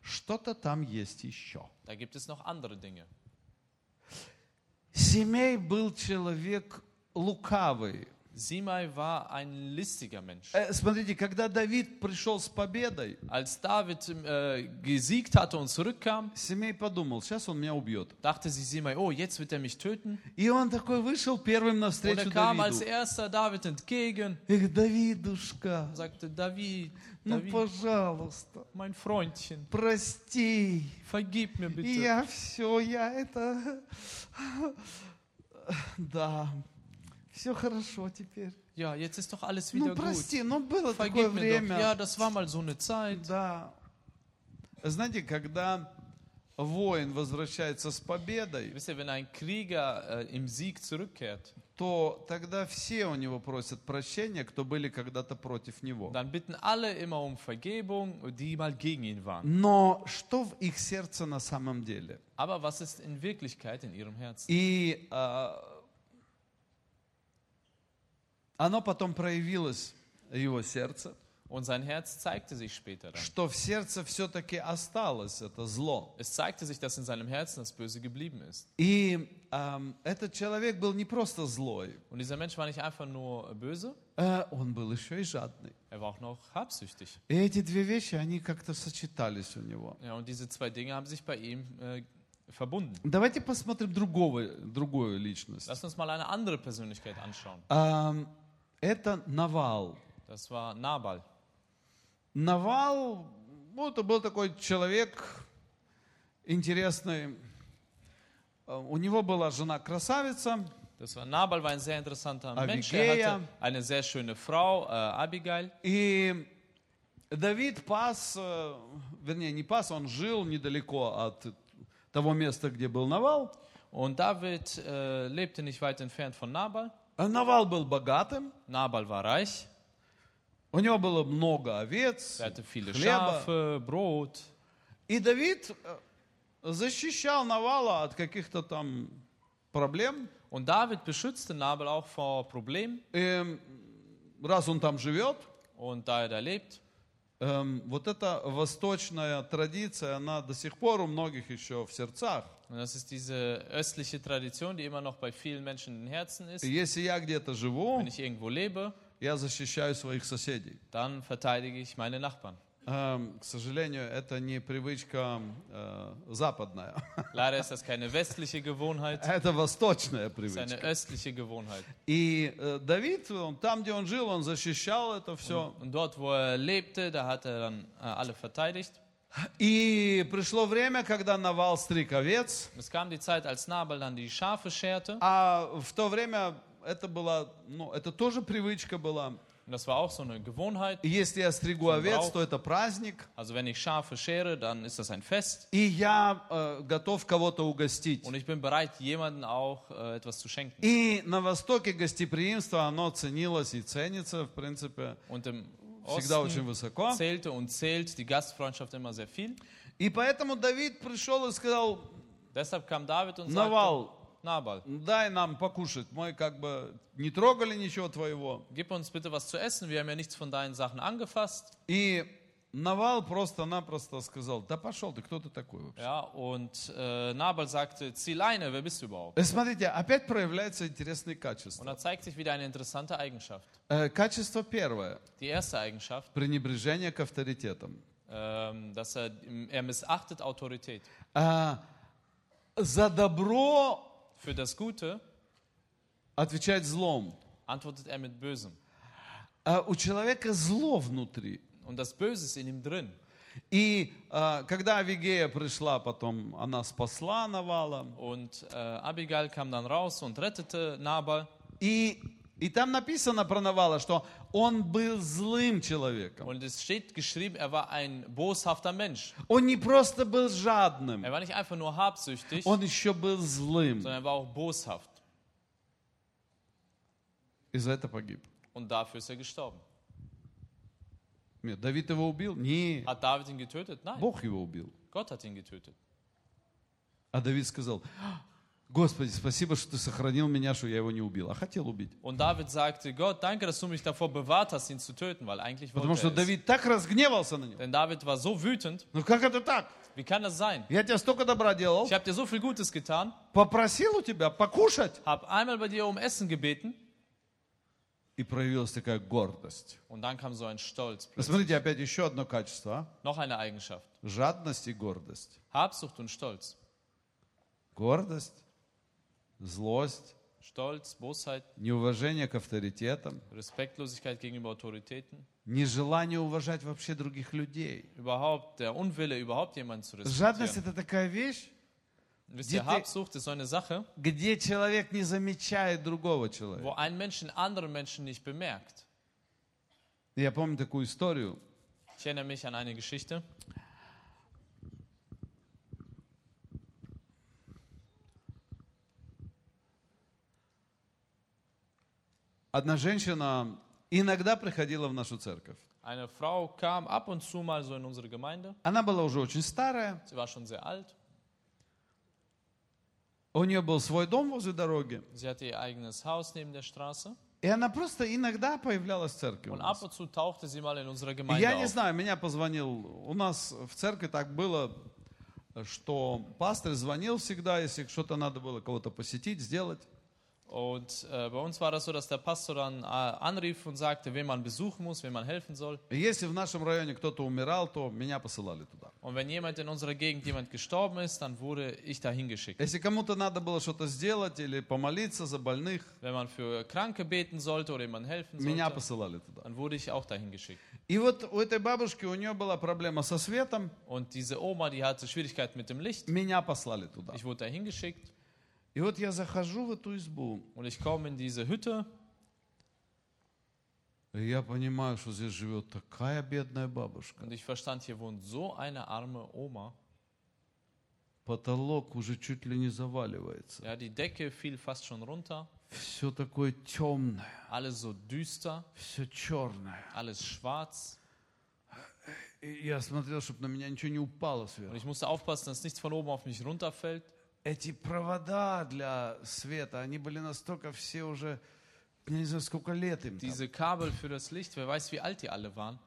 [SPEAKER 1] Что-то там есть еще.
[SPEAKER 3] Da gibt es noch andere Dinge.
[SPEAKER 1] Семей был человек лукавый.
[SPEAKER 3] Simei war ein listiger Mensch.
[SPEAKER 1] Э, Смотрите, когда Давид пришел с победой,
[SPEAKER 3] Als David äh, gesiegt hatte und zurückkam,
[SPEAKER 1] Семей подумал, сейчас он меня убьет.
[SPEAKER 3] dachte sich Simei, oh, jetzt wird er mich töten.
[SPEAKER 1] И он такой вышел первым
[SPEAKER 3] Und
[SPEAKER 1] навстречу
[SPEAKER 3] er kam als
[SPEAKER 1] Давиду.
[SPEAKER 3] erster David entgegen
[SPEAKER 1] Эх, Давидушка,
[SPEAKER 3] und sagte, David,
[SPEAKER 1] ну
[SPEAKER 3] David,
[SPEAKER 1] пожалуйста,
[SPEAKER 3] mein Freundchen,
[SPEAKER 1] прости.
[SPEAKER 3] vergib mir
[SPEAKER 1] И
[SPEAKER 3] bitte.
[SPEAKER 1] я все, я это... Да, все хорошо теперь.
[SPEAKER 3] Ja, jetzt ist doch alles wieder
[SPEAKER 1] Ну
[SPEAKER 3] gut.
[SPEAKER 1] прости, ну было такое
[SPEAKER 3] Vergib mir doch. Ja,
[SPEAKER 1] время.
[SPEAKER 3] das war mal so eine Zeit.
[SPEAKER 1] Да. Знаете, когда воин возвращается с победой,
[SPEAKER 3] Wisst ihr, wenn ein Krieger äh, im Sieg zurückkehrt,
[SPEAKER 1] то тогда все у него prosят прощения, кто были когда-то против него.
[SPEAKER 3] dann bitten alle immer um Vergebung, die mal gegen ihn waren.
[SPEAKER 1] Но что в их сердце на самом деле?
[SPEAKER 3] Aber was ist in Wirklichkeit in ihrem Herzen?
[SPEAKER 1] И а, оно потом проявилось, его сердце,
[SPEAKER 3] Und sein Herz zeigte sich später dann.
[SPEAKER 1] что в сердце все-таки осталось это зло.
[SPEAKER 3] Es zeigte sich, dass in seinem Herzen das Böse geblieben ist.
[SPEAKER 1] И ам, этот человек был не просто злой,
[SPEAKER 3] Und dieser Mensch war nicht einfach nur böse,
[SPEAKER 1] э, он был еще и жадный.
[SPEAKER 3] er war auch noch habsüchtig.
[SPEAKER 1] И эти две вещи, они как-то сочетались у него.
[SPEAKER 3] Ja, und diese zwei Dinge haben sich bei ihm äh, verbunden.
[SPEAKER 1] Давайте посмотрим другого, другую личность.
[SPEAKER 3] Lass uns mal eine andere Persönlichkeit anschauen.
[SPEAKER 1] Ам, это Навал.
[SPEAKER 3] Das war Nabal.
[SPEAKER 1] Навал, ну, это был такой человек, интересный. Э, У него была жена красавица,
[SPEAKER 3] Das war Nabal, war ein sehr interessanter Mensch.
[SPEAKER 1] Abigail.
[SPEAKER 3] Er hatte eine sehr schöne Frau, äh, Abigail.
[SPEAKER 1] и Давид пас, э, вернее, не пас, он жил недалеко от того места, где был Навал.
[SPEAKER 3] Und David äh, lebte nicht weit entfernt von Nabal.
[SPEAKER 1] А Навал был богатым,
[SPEAKER 3] Nabal war reich,
[SPEAKER 1] у него было много овец,
[SPEAKER 3] er hatte viele
[SPEAKER 1] хлеба.
[SPEAKER 3] Schafe, Brot.
[SPEAKER 1] И Давид э, защищал Навала от каких-то там проблем.
[SPEAKER 3] Und David beschützte Nabal auch vor Problemen.
[SPEAKER 1] И Эм, раз он там живет,
[SPEAKER 3] Und da er da lebt,
[SPEAKER 1] эм, вот эта восточная традиция, она до сих пор у многих еще в сердцах.
[SPEAKER 3] und das ist diese östliche Tradition, die immer noch bei vielen Menschen in den Herzen ist,
[SPEAKER 1] И Если я где-то живу,
[SPEAKER 3] wenn ich irgendwo lebe,
[SPEAKER 1] я защищаю своих соседей.
[SPEAKER 3] dann verteidige ich meine Nachbarn.
[SPEAKER 1] Эм, К сожалению, это не привычка э, западная,
[SPEAKER 3] Leider ist das keine westliche Gewohnheit,
[SPEAKER 1] это восточная
[SPEAKER 3] es ist eine
[SPEAKER 1] привычка.
[SPEAKER 3] östliche Gewohnheit.
[SPEAKER 1] И э, Давид, он, там, где он жил, он защищал это все.
[SPEAKER 3] Und dort, wo er lebte, da hat er dann äh, alle verteidigt.
[SPEAKER 1] И пришло время, когда Навал стриг овец,
[SPEAKER 3] Es kam die Zeit, als Nabal dann die Schafe scherte.
[SPEAKER 1] а в то время это была, ну, это тоже привычка была.
[SPEAKER 3] Und das war auch so eine Gewohnheit.
[SPEAKER 1] И Если я стригу овец, то это праздник,
[SPEAKER 3] Also wenn ich Schafe schere, dann ist das ein Fest.
[SPEAKER 1] и я э, готов кого-то угостить.
[SPEAKER 3] Und ich bin bereit, jemandem auch äh, etwas zu schenken.
[SPEAKER 1] И на Востоке гостеприимство, оно ценилось и ценится, в принципе,
[SPEAKER 3] Und im
[SPEAKER 1] всегда очень
[SPEAKER 3] Osten
[SPEAKER 1] высоко.
[SPEAKER 3] zählte und zählt die Gastfreundschaft immer sehr viel.
[SPEAKER 1] И поэтому Давид пришел и сказал,
[SPEAKER 3] Deshalb kam David und sagte,
[SPEAKER 1] Навал,
[SPEAKER 3] Nabal,
[SPEAKER 1] дай нам покушать, мы как бы не трогали ничего твоего.
[SPEAKER 3] gib uns bitte was zu essen. Wir haben ja nichts von deinen Sachen angefasst.
[SPEAKER 1] И Навал просто-напросто сказал, да пошел ты, кто ты такой вообще?
[SPEAKER 3] Ja, und äh, Nabal sagte, zieh Leine, wer bist du überhaupt?
[SPEAKER 1] Э, Смотрите, опять проявляются интересные
[SPEAKER 3] Und
[SPEAKER 1] качества.
[SPEAKER 3] da zeigt sich wieder eine interessante Eigenschaft.
[SPEAKER 1] Э, Качество первое –
[SPEAKER 3] Die erste Eigenschaft,
[SPEAKER 1] пренебрежение к авторитетам.
[SPEAKER 3] ähm, dass er, er missachtet Autorität.
[SPEAKER 1] А, за добро
[SPEAKER 3] Für das Gute
[SPEAKER 1] отвечать злом.
[SPEAKER 3] antwortet er mit Bösem.
[SPEAKER 1] А у человека zlo внутри.
[SPEAKER 3] Und das Böse ist in ihm drin.
[SPEAKER 1] И а, когда Авигея пришла потом, она спасла Навала.
[SPEAKER 3] Und äh, Abigail kam dann raus und rettete Nabal.
[SPEAKER 1] И, и там написано про Навала, что он был злым человеком.
[SPEAKER 3] Und es steht geschrieben, er war ein boshafter Mensch.
[SPEAKER 1] Он не просто был жадным,
[SPEAKER 3] Er war nicht einfach nur habsüchtig,
[SPEAKER 1] он еще был злым.
[SPEAKER 3] sondern er war auch boshaft.
[SPEAKER 1] И за это погиб.
[SPEAKER 3] Und dafür ist er gestorben.
[SPEAKER 1] Нет, Давид его убил? Не,
[SPEAKER 3] Hat David ihn getötet? Nein,
[SPEAKER 1] Бог его убил.
[SPEAKER 3] Gott hat ihn getötet.
[SPEAKER 1] А Давид сказал, Господи, спасибо, что ты сохранил меня, что я его не убил. А хотел убить.
[SPEAKER 3] Und David sagte, Gott, danke, dass du mich davor bewahrt hast, ihn zu töten, weil eigentlich wollte
[SPEAKER 1] Потому что
[SPEAKER 3] er es.
[SPEAKER 1] Давид так разгневался на него.
[SPEAKER 3] Denn David war so wütend,
[SPEAKER 1] Ну как это так?
[SPEAKER 3] wie kann das sein?
[SPEAKER 1] Я тебе столько добра делал,
[SPEAKER 3] Ich habe dir so viel Gutes getan,
[SPEAKER 1] попросил у тебя покушать.
[SPEAKER 3] habe einmal bei dir um Essen gebeten
[SPEAKER 1] И проявилась такая гордость.
[SPEAKER 3] und dann kam so ein Stolz.
[SPEAKER 1] Посмотрите, опять еще одно качество. а?
[SPEAKER 3] Noch eine Eigenschaft,
[SPEAKER 1] Жадность и гордость.
[SPEAKER 3] Habsucht und Stolz.
[SPEAKER 1] Гордость, злость,
[SPEAKER 3] Stolz, Bosheit,
[SPEAKER 1] неуважение к авторитетам,
[SPEAKER 3] Respektlosigkeit gegenüber Autoritäten,
[SPEAKER 1] нежелание уважать вообще других людей.
[SPEAKER 3] überhaupt der Unwille, überhaupt jemanden zu
[SPEAKER 1] Also Жадность –
[SPEAKER 3] respektieren.
[SPEAKER 1] это такая вещь,
[SPEAKER 3] Wisst ihr,
[SPEAKER 1] Dete-
[SPEAKER 3] Habsucht ist so eine Sache,
[SPEAKER 1] где человек не замечает другого человека.
[SPEAKER 3] wo ein Mensch einen anderen Menschen nicht bemerkt.
[SPEAKER 1] Я помню такую историю.
[SPEAKER 3] Ich erinnere mich an eine Geschichte.
[SPEAKER 1] Одна женщина иногда приходила в нашу церковь.
[SPEAKER 3] Eine Frau kam ab und zu mal so in unsere Gemeinde.
[SPEAKER 1] Она была уже очень старая,
[SPEAKER 3] Sie war schon sehr alt.
[SPEAKER 1] у нее был свой дом возле дороги,
[SPEAKER 3] Sie hatte ihr eigenes Haus neben der Straße.
[SPEAKER 1] и она просто иногда появлялась в церкви. у
[SPEAKER 3] Und
[SPEAKER 1] нас.
[SPEAKER 3] ab und zu tauchte sie mal in unserer
[SPEAKER 1] И
[SPEAKER 3] Gemeinde
[SPEAKER 1] Я не
[SPEAKER 3] auf.
[SPEAKER 1] знаю, меня позвонил, у нас в церкви так было, что пастор звонил всегда, если что-то надо было кого-то посетить, сделать.
[SPEAKER 3] Und äh, bei uns war das so, dass der Pastor dann äh, anrief und sagte, wen man besuchen muss, wen man helfen soll.
[SPEAKER 1] И Если в нашем районе кто-то умирал, то меня посылали туда.
[SPEAKER 3] Und wenn jemand in unserer Gegend jemand gestorben ist, dann wurde ich dahin geschickt.
[SPEAKER 1] Если кому-то надо было что-то сделать или помолиться за больных,
[SPEAKER 3] Wenn man für Kranke beten sollte oder jemand helfen
[SPEAKER 1] меня
[SPEAKER 3] sollte,
[SPEAKER 1] посылали туда.
[SPEAKER 3] dann wurde ich auch dahin geschickt.
[SPEAKER 1] И вот у этой бабушки, у нее была проблема со светом,
[SPEAKER 3] Und diese Oma, die hatte Schwierigkeiten mit dem Licht.
[SPEAKER 1] меня послали туда.
[SPEAKER 3] Ich wurde da hingeschickt
[SPEAKER 1] И вот я захожу в эту избу,
[SPEAKER 3] und ich komme in diese Hütte
[SPEAKER 1] и я понимаю, что здесь живет такая бедная бабушка.
[SPEAKER 3] und ich verstand, hier wohnt so eine arme Oma.
[SPEAKER 1] Потолок уже чуть ли не заваливается.
[SPEAKER 3] Ja, die Decke fiel fast schon runter.
[SPEAKER 1] Все такое темное,
[SPEAKER 3] Alles so düster,
[SPEAKER 1] все черное.
[SPEAKER 3] alles schwarz.
[SPEAKER 1] И я смотрел, чтобы на меня ничего не упало
[SPEAKER 3] Und
[SPEAKER 1] сверху.
[SPEAKER 3] ich musste aufpassen, dass nichts von oben auf mich runterfällt.
[SPEAKER 1] Эти провода для света, они были настолько все уже, я не знаю, сколько лет им там.
[SPEAKER 3] Diese Kabel für das Licht, wer weiß, wie alt die alle waren.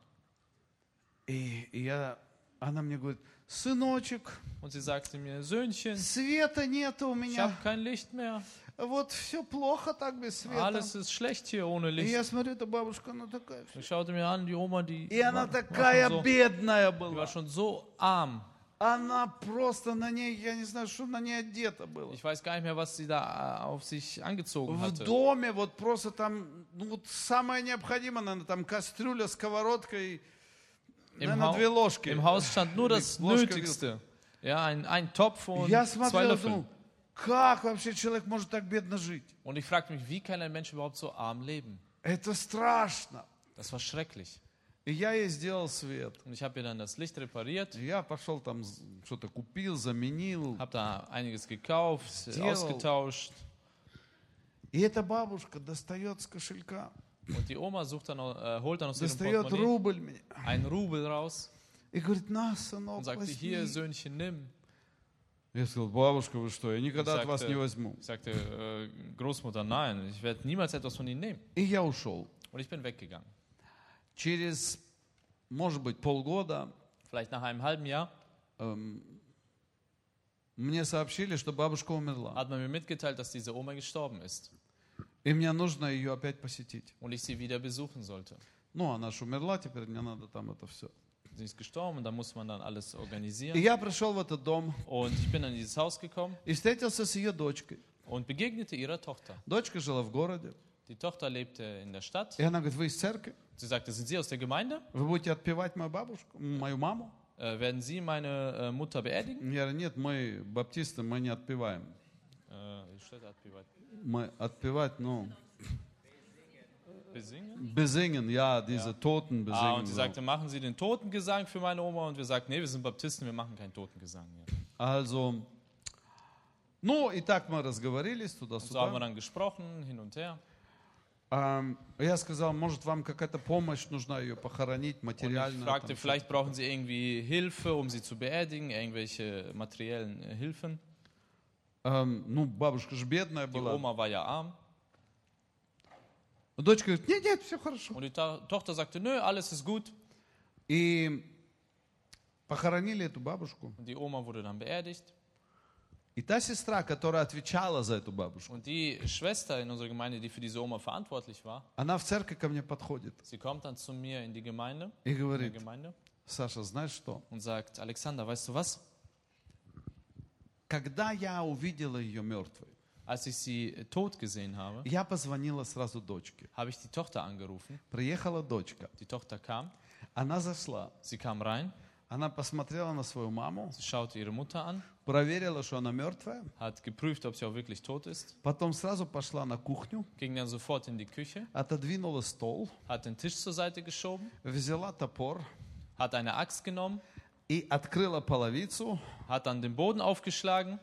[SPEAKER 1] И и я, она мне говорит, сыночек,
[SPEAKER 3] Und sie sagte mir, Söhnchen,
[SPEAKER 1] света нету у
[SPEAKER 3] ich
[SPEAKER 1] меня.
[SPEAKER 3] habe kein Licht mehr.
[SPEAKER 1] Вот все плохо так без света.
[SPEAKER 3] Alles ist schlecht hier ohne
[SPEAKER 1] И
[SPEAKER 3] Licht.
[SPEAKER 1] я смотрю, эта бабушка, она такая. вся.
[SPEAKER 3] Ich schaute mir an, die Oma, die
[SPEAKER 1] И она
[SPEAKER 3] war,
[SPEAKER 1] такая
[SPEAKER 3] war, schon so,
[SPEAKER 1] бедная
[SPEAKER 3] die
[SPEAKER 1] была.
[SPEAKER 3] war schon so arm.
[SPEAKER 1] Она просто на ней, я не знаю, что на ней одето было.
[SPEAKER 3] Ich weiß gar nicht mehr, was sie da äh, auf sich angezogen
[SPEAKER 1] В
[SPEAKER 3] hatte.
[SPEAKER 1] доме вот просто там, ну вот самое необходимое, наверное, там кастрюля, сковородка и, наверное,
[SPEAKER 3] Hau-
[SPEAKER 1] две ложки.
[SPEAKER 3] Im Haus stand nur das
[SPEAKER 1] Ложка вилка.
[SPEAKER 3] Nötigste. Ja, ein, ein Topf und
[SPEAKER 1] Я
[SPEAKER 3] zwei
[SPEAKER 1] смотрел,
[SPEAKER 3] Löffel.
[SPEAKER 1] думал, как вообще человек может так бедно жить?
[SPEAKER 3] Und ich fragte mich, wie kann ein Mensch überhaupt so arm leben?
[SPEAKER 1] Это страшно.
[SPEAKER 3] Das war schrecklich.
[SPEAKER 1] И я ей сделал свет.
[SPEAKER 3] Und ich habe ihr dann das Licht repariert,
[SPEAKER 1] Я пошел там з- что-то купил, заменил.
[SPEAKER 3] habe da einiges gekauft, äh,
[SPEAKER 1] Tierl.
[SPEAKER 3] ausgetauscht.
[SPEAKER 1] И эта бабушка достает с кошелька,
[SPEAKER 3] Und die Oma sucht dann, äh, holt dann aus ihrem
[SPEAKER 1] достает
[SPEAKER 3] Portemonnaie
[SPEAKER 1] рубль мне
[SPEAKER 3] einen Rubel raus
[SPEAKER 1] и говорит, на, сынок,
[SPEAKER 3] und sagte,
[SPEAKER 1] возьми».
[SPEAKER 3] hier, Söhnchen, nimm.
[SPEAKER 1] Я сказал, бабушка, вы что, я никогда от вас
[SPEAKER 3] Exacte.
[SPEAKER 1] не возьму.
[SPEAKER 3] Ich sagte, äh, Großmutter, nein, ich werde niemals etwas von Ihnen nehmen.
[SPEAKER 1] И я ушел.
[SPEAKER 3] Und ich bin weggegangen.
[SPEAKER 1] Через, может быть, полгода
[SPEAKER 3] Vielleicht nach einem halben Jahr
[SPEAKER 1] эм, мне сообщили, что бабушка умерла.
[SPEAKER 3] hat man mir mitgeteilt, dass diese Oma gestorben ist
[SPEAKER 1] И мне нужно ее опять посетить.
[SPEAKER 3] und ich sie wieder besuchen sollte.
[SPEAKER 1] Ну, она же умерла, теперь мне надо там это все.
[SPEAKER 3] Sie ist gestorben und da muss man dann alles
[SPEAKER 1] И
[SPEAKER 3] organisieren.
[SPEAKER 1] я пришел в этот дом
[SPEAKER 3] Und ich bin dann in dieses Haus gekommen
[SPEAKER 1] и встретился с ее дочкой.
[SPEAKER 3] und begegnete ihrer Tochter.
[SPEAKER 1] Дочка жила в городе.
[SPEAKER 3] Die Tochter lebte in der Stadt.
[SPEAKER 1] И она говорит, вы из церкви?
[SPEAKER 3] Sie sagte, sind Sie aus der Gemeinde?
[SPEAKER 1] Вы будете отпевать мою бабушку, мою маму?
[SPEAKER 3] Äh, werden Sie meine äh, Mutter beerdigen?
[SPEAKER 1] Я говорю, нет, мы баптисты, мы не отпеваем.
[SPEAKER 3] Äh, ich stelle ab, wie weit.
[SPEAKER 1] Мы отпевать, ну,
[SPEAKER 3] Besingen?
[SPEAKER 1] безingen, ja, diese Toten
[SPEAKER 3] Ah, und
[SPEAKER 1] besingen.
[SPEAKER 3] sie
[SPEAKER 1] so.
[SPEAKER 3] sagte, machen Sie den Totengesang für meine Oma. Und wir sagten, nee, wir sind Baptisten, wir machen keinen Totengesang. Ja.
[SPEAKER 1] Also, ну, и так мы разговорились
[SPEAKER 3] Und so haben wir
[SPEAKER 1] туда-сюда.
[SPEAKER 3] dann gesprochen, hin und her.
[SPEAKER 1] Ам, я сказал, может, вам какая-то помощь нужна ее похоронить
[SPEAKER 3] Und ich
[SPEAKER 1] материально.
[SPEAKER 3] fragte, vielleicht brauchen Sie irgendwie Hilfe, um sie zu beerdigen, irgendwelche materiellen äh, Hilfen.
[SPEAKER 1] ну, бабушка же бедная
[SPEAKER 3] Die
[SPEAKER 1] была.
[SPEAKER 3] Oma war ja arm.
[SPEAKER 1] Дочка говорит, нет, нет, все хорошо.
[SPEAKER 3] Und die Ta Tochter sagte, nö, alles ist gut.
[SPEAKER 1] И похоронили эту бабушку.
[SPEAKER 3] Und die Oma wurde dann beerdigt.
[SPEAKER 1] И та сестра, которая отвечала за эту бабушку,
[SPEAKER 3] Und die Schwester in unserer Gemeinde, die für diese Oma verantwortlich war,
[SPEAKER 1] она в церкви ко мне подходит
[SPEAKER 3] sie kommt dann zu mir in die Gemeinde,
[SPEAKER 1] и
[SPEAKER 3] in der
[SPEAKER 1] говорит,
[SPEAKER 3] Gemeinde
[SPEAKER 1] Саша, знаешь что?
[SPEAKER 3] und sagt, Alexander, weißt du was?
[SPEAKER 1] Когда я увидела ее мертвой,
[SPEAKER 3] Als ich sie äh, tot gesehen habe,
[SPEAKER 1] я позвонила сразу дочке.
[SPEAKER 3] habe ich die Tochter angerufen.
[SPEAKER 1] Приехала дочка,
[SPEAKER 3] Die Tochter kam,
[SPEAKER 1] она зашла,
[SPEAKER 3] sie kam rein,
[SPEAKER 1] она посмотрела на свою маму,
[SPEAKER 3] sie schaute ihre Mutter an,
[SPEAKER 1] проверила, что она мертвая,
[SPEAKER 3] hat geprüft, ob sie auch wirklich tot ist,
[SPEAKER 1] потом сразу пошла на кухню,
[SPEAKER 3] ging dann sofort in die Küche,
[SPEAKER 1] отодвинула стол,
[SPEAKER 3] hat den Tisch zur Seite geschoben,
[SPEAKER 1] взяла топор
[SPEAKER 3] hat eine Axt genommen,
[SPEAKER 1] и открыла половицу,
[SPEAKER 3] hat dann den Boden aufgeschlagen,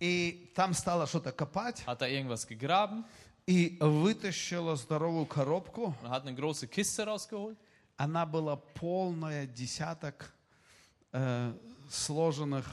[SPEAKER 1] и там стала что-то копать,
[SPEAKER 3] hat da irgendwas gegraben
[SPEAKER 1] и вытащила здоровую коробку.
[SPEAKER 3] und hat eine große Kiste rausgeholt.
[SPEAKER 1] Она была полная десяток э, сложенных.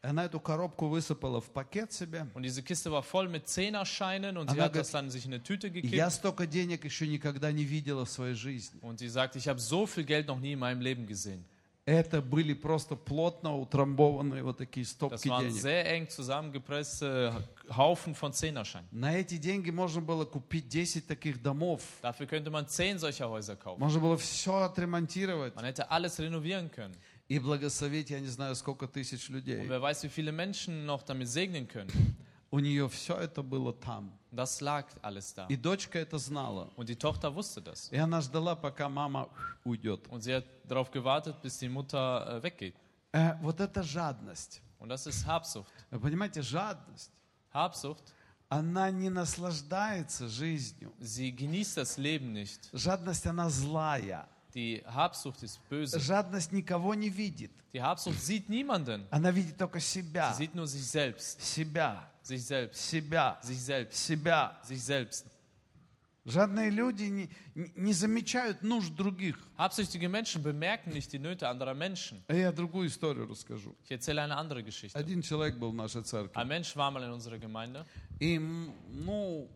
[SPEAKER 1] Она эту коробку высыпала в пакет себе.
[SPEAKER 3] Und diese Kiste war voll mit Zehnerscheinen und sie
[SPEAKER 1] Она
[SPEAKER 3] hat das dann sich in eine Tüte
[SPEAKER 1] Я
[SPEAKER 3] gekippt.
[SPEAKER 1] столько денег еще никогда не видела в своей жизни.
[SPEAKER 3] Und sie sagt, ich habe so viel Geld noch nie in meinem Leben gesehen.
[SPEAKER 1] Это были просто плотно утрамбованные вот такие
[SPEAKER 3] Das
[SPEAKER 1] стопки
[SPEAKER 3] waren
[SPEAKER 1] денег.
[SPEAKER 3] sehr eng zusammengepresste Haufen von Zehnerscheinen.
[SPEAKER 1] На эти деньги можно было купить 10 таких домов.
[SPEAKER 3] Dafür könnte man zehn solcher Häuser kaufen.
[SPEAKER 1] Можно было все отремонтировать
[SPEAKER 3] Man hätte alles renovieren können.
[SPEAKER 1] и благословить, я не знаю, сколько тысяч людей.
[SPEAKER 3] Und wer weiß, wie viele Menschen noch damit segnen können.
[SPEAKER 1] у нее все это было там.
[SPEAKER 3] Das lag alles da.
[SPEAKER 1] И дочка это знала.
[SPEAKER 3] Und die Tochter wusste das.
[SPEAKER 1] И она ждала, пока мама уйдет.
[SPEAKER 3] Und sie hat darauf gewartet, bis die Mutter äh, weggeht.
[SPEAKER 1] Э, вот это жадность.
[SPEAKER 3] Und das ist Habsucht.
[SPEAKER 1] Вы понимаете, жадность.
[SPEAKER 3] Habsucht,
[SPEAKER 1] Она не наслаждается жизнью.
[SPEAKER 3] sie genießt das Leben nicht.
[SPEAKER 1] Жадность, она злая.
[SPEAKER 3] Die Habsucht ist böse.
[SPEAKER 1] Жадность никого не видит.
[SPEAKER 3] Die Habsucht sieht niemanden.
[SPEAKER 1] Она видит только
[SPEAKER 3] Sie
[SPEAKER 1] себя.
[SPEAKER 3] sieht nur sich selbst.
[SPEAKER 1] Себя.
[SPEAKER 3] Sich selbst.
[SPEAKER 1] Себя.
[SPEAKER 3] Sich selbst.
[SPEAKER 1] Себя.
[SPEAKER 3] Sich selbst.
[SPEAKER 1] Жадные люди не, не- не замечают нужд других.
[SPEAKER 3] Habsüchtige Menschen bemerken nicht die Nöte anderer Menschen.
[SPEAKER 1] А я другую историю расскажу.
[SPEAKER 3] Ich erzähle eine andere Geschichte.
[SPEAKER 1] Один человек был в нашей церкви.
[SPEAKER 3] Ein Mensch war mal in unserer Gemeinde.
[SPEAKER 1] И, м, ну,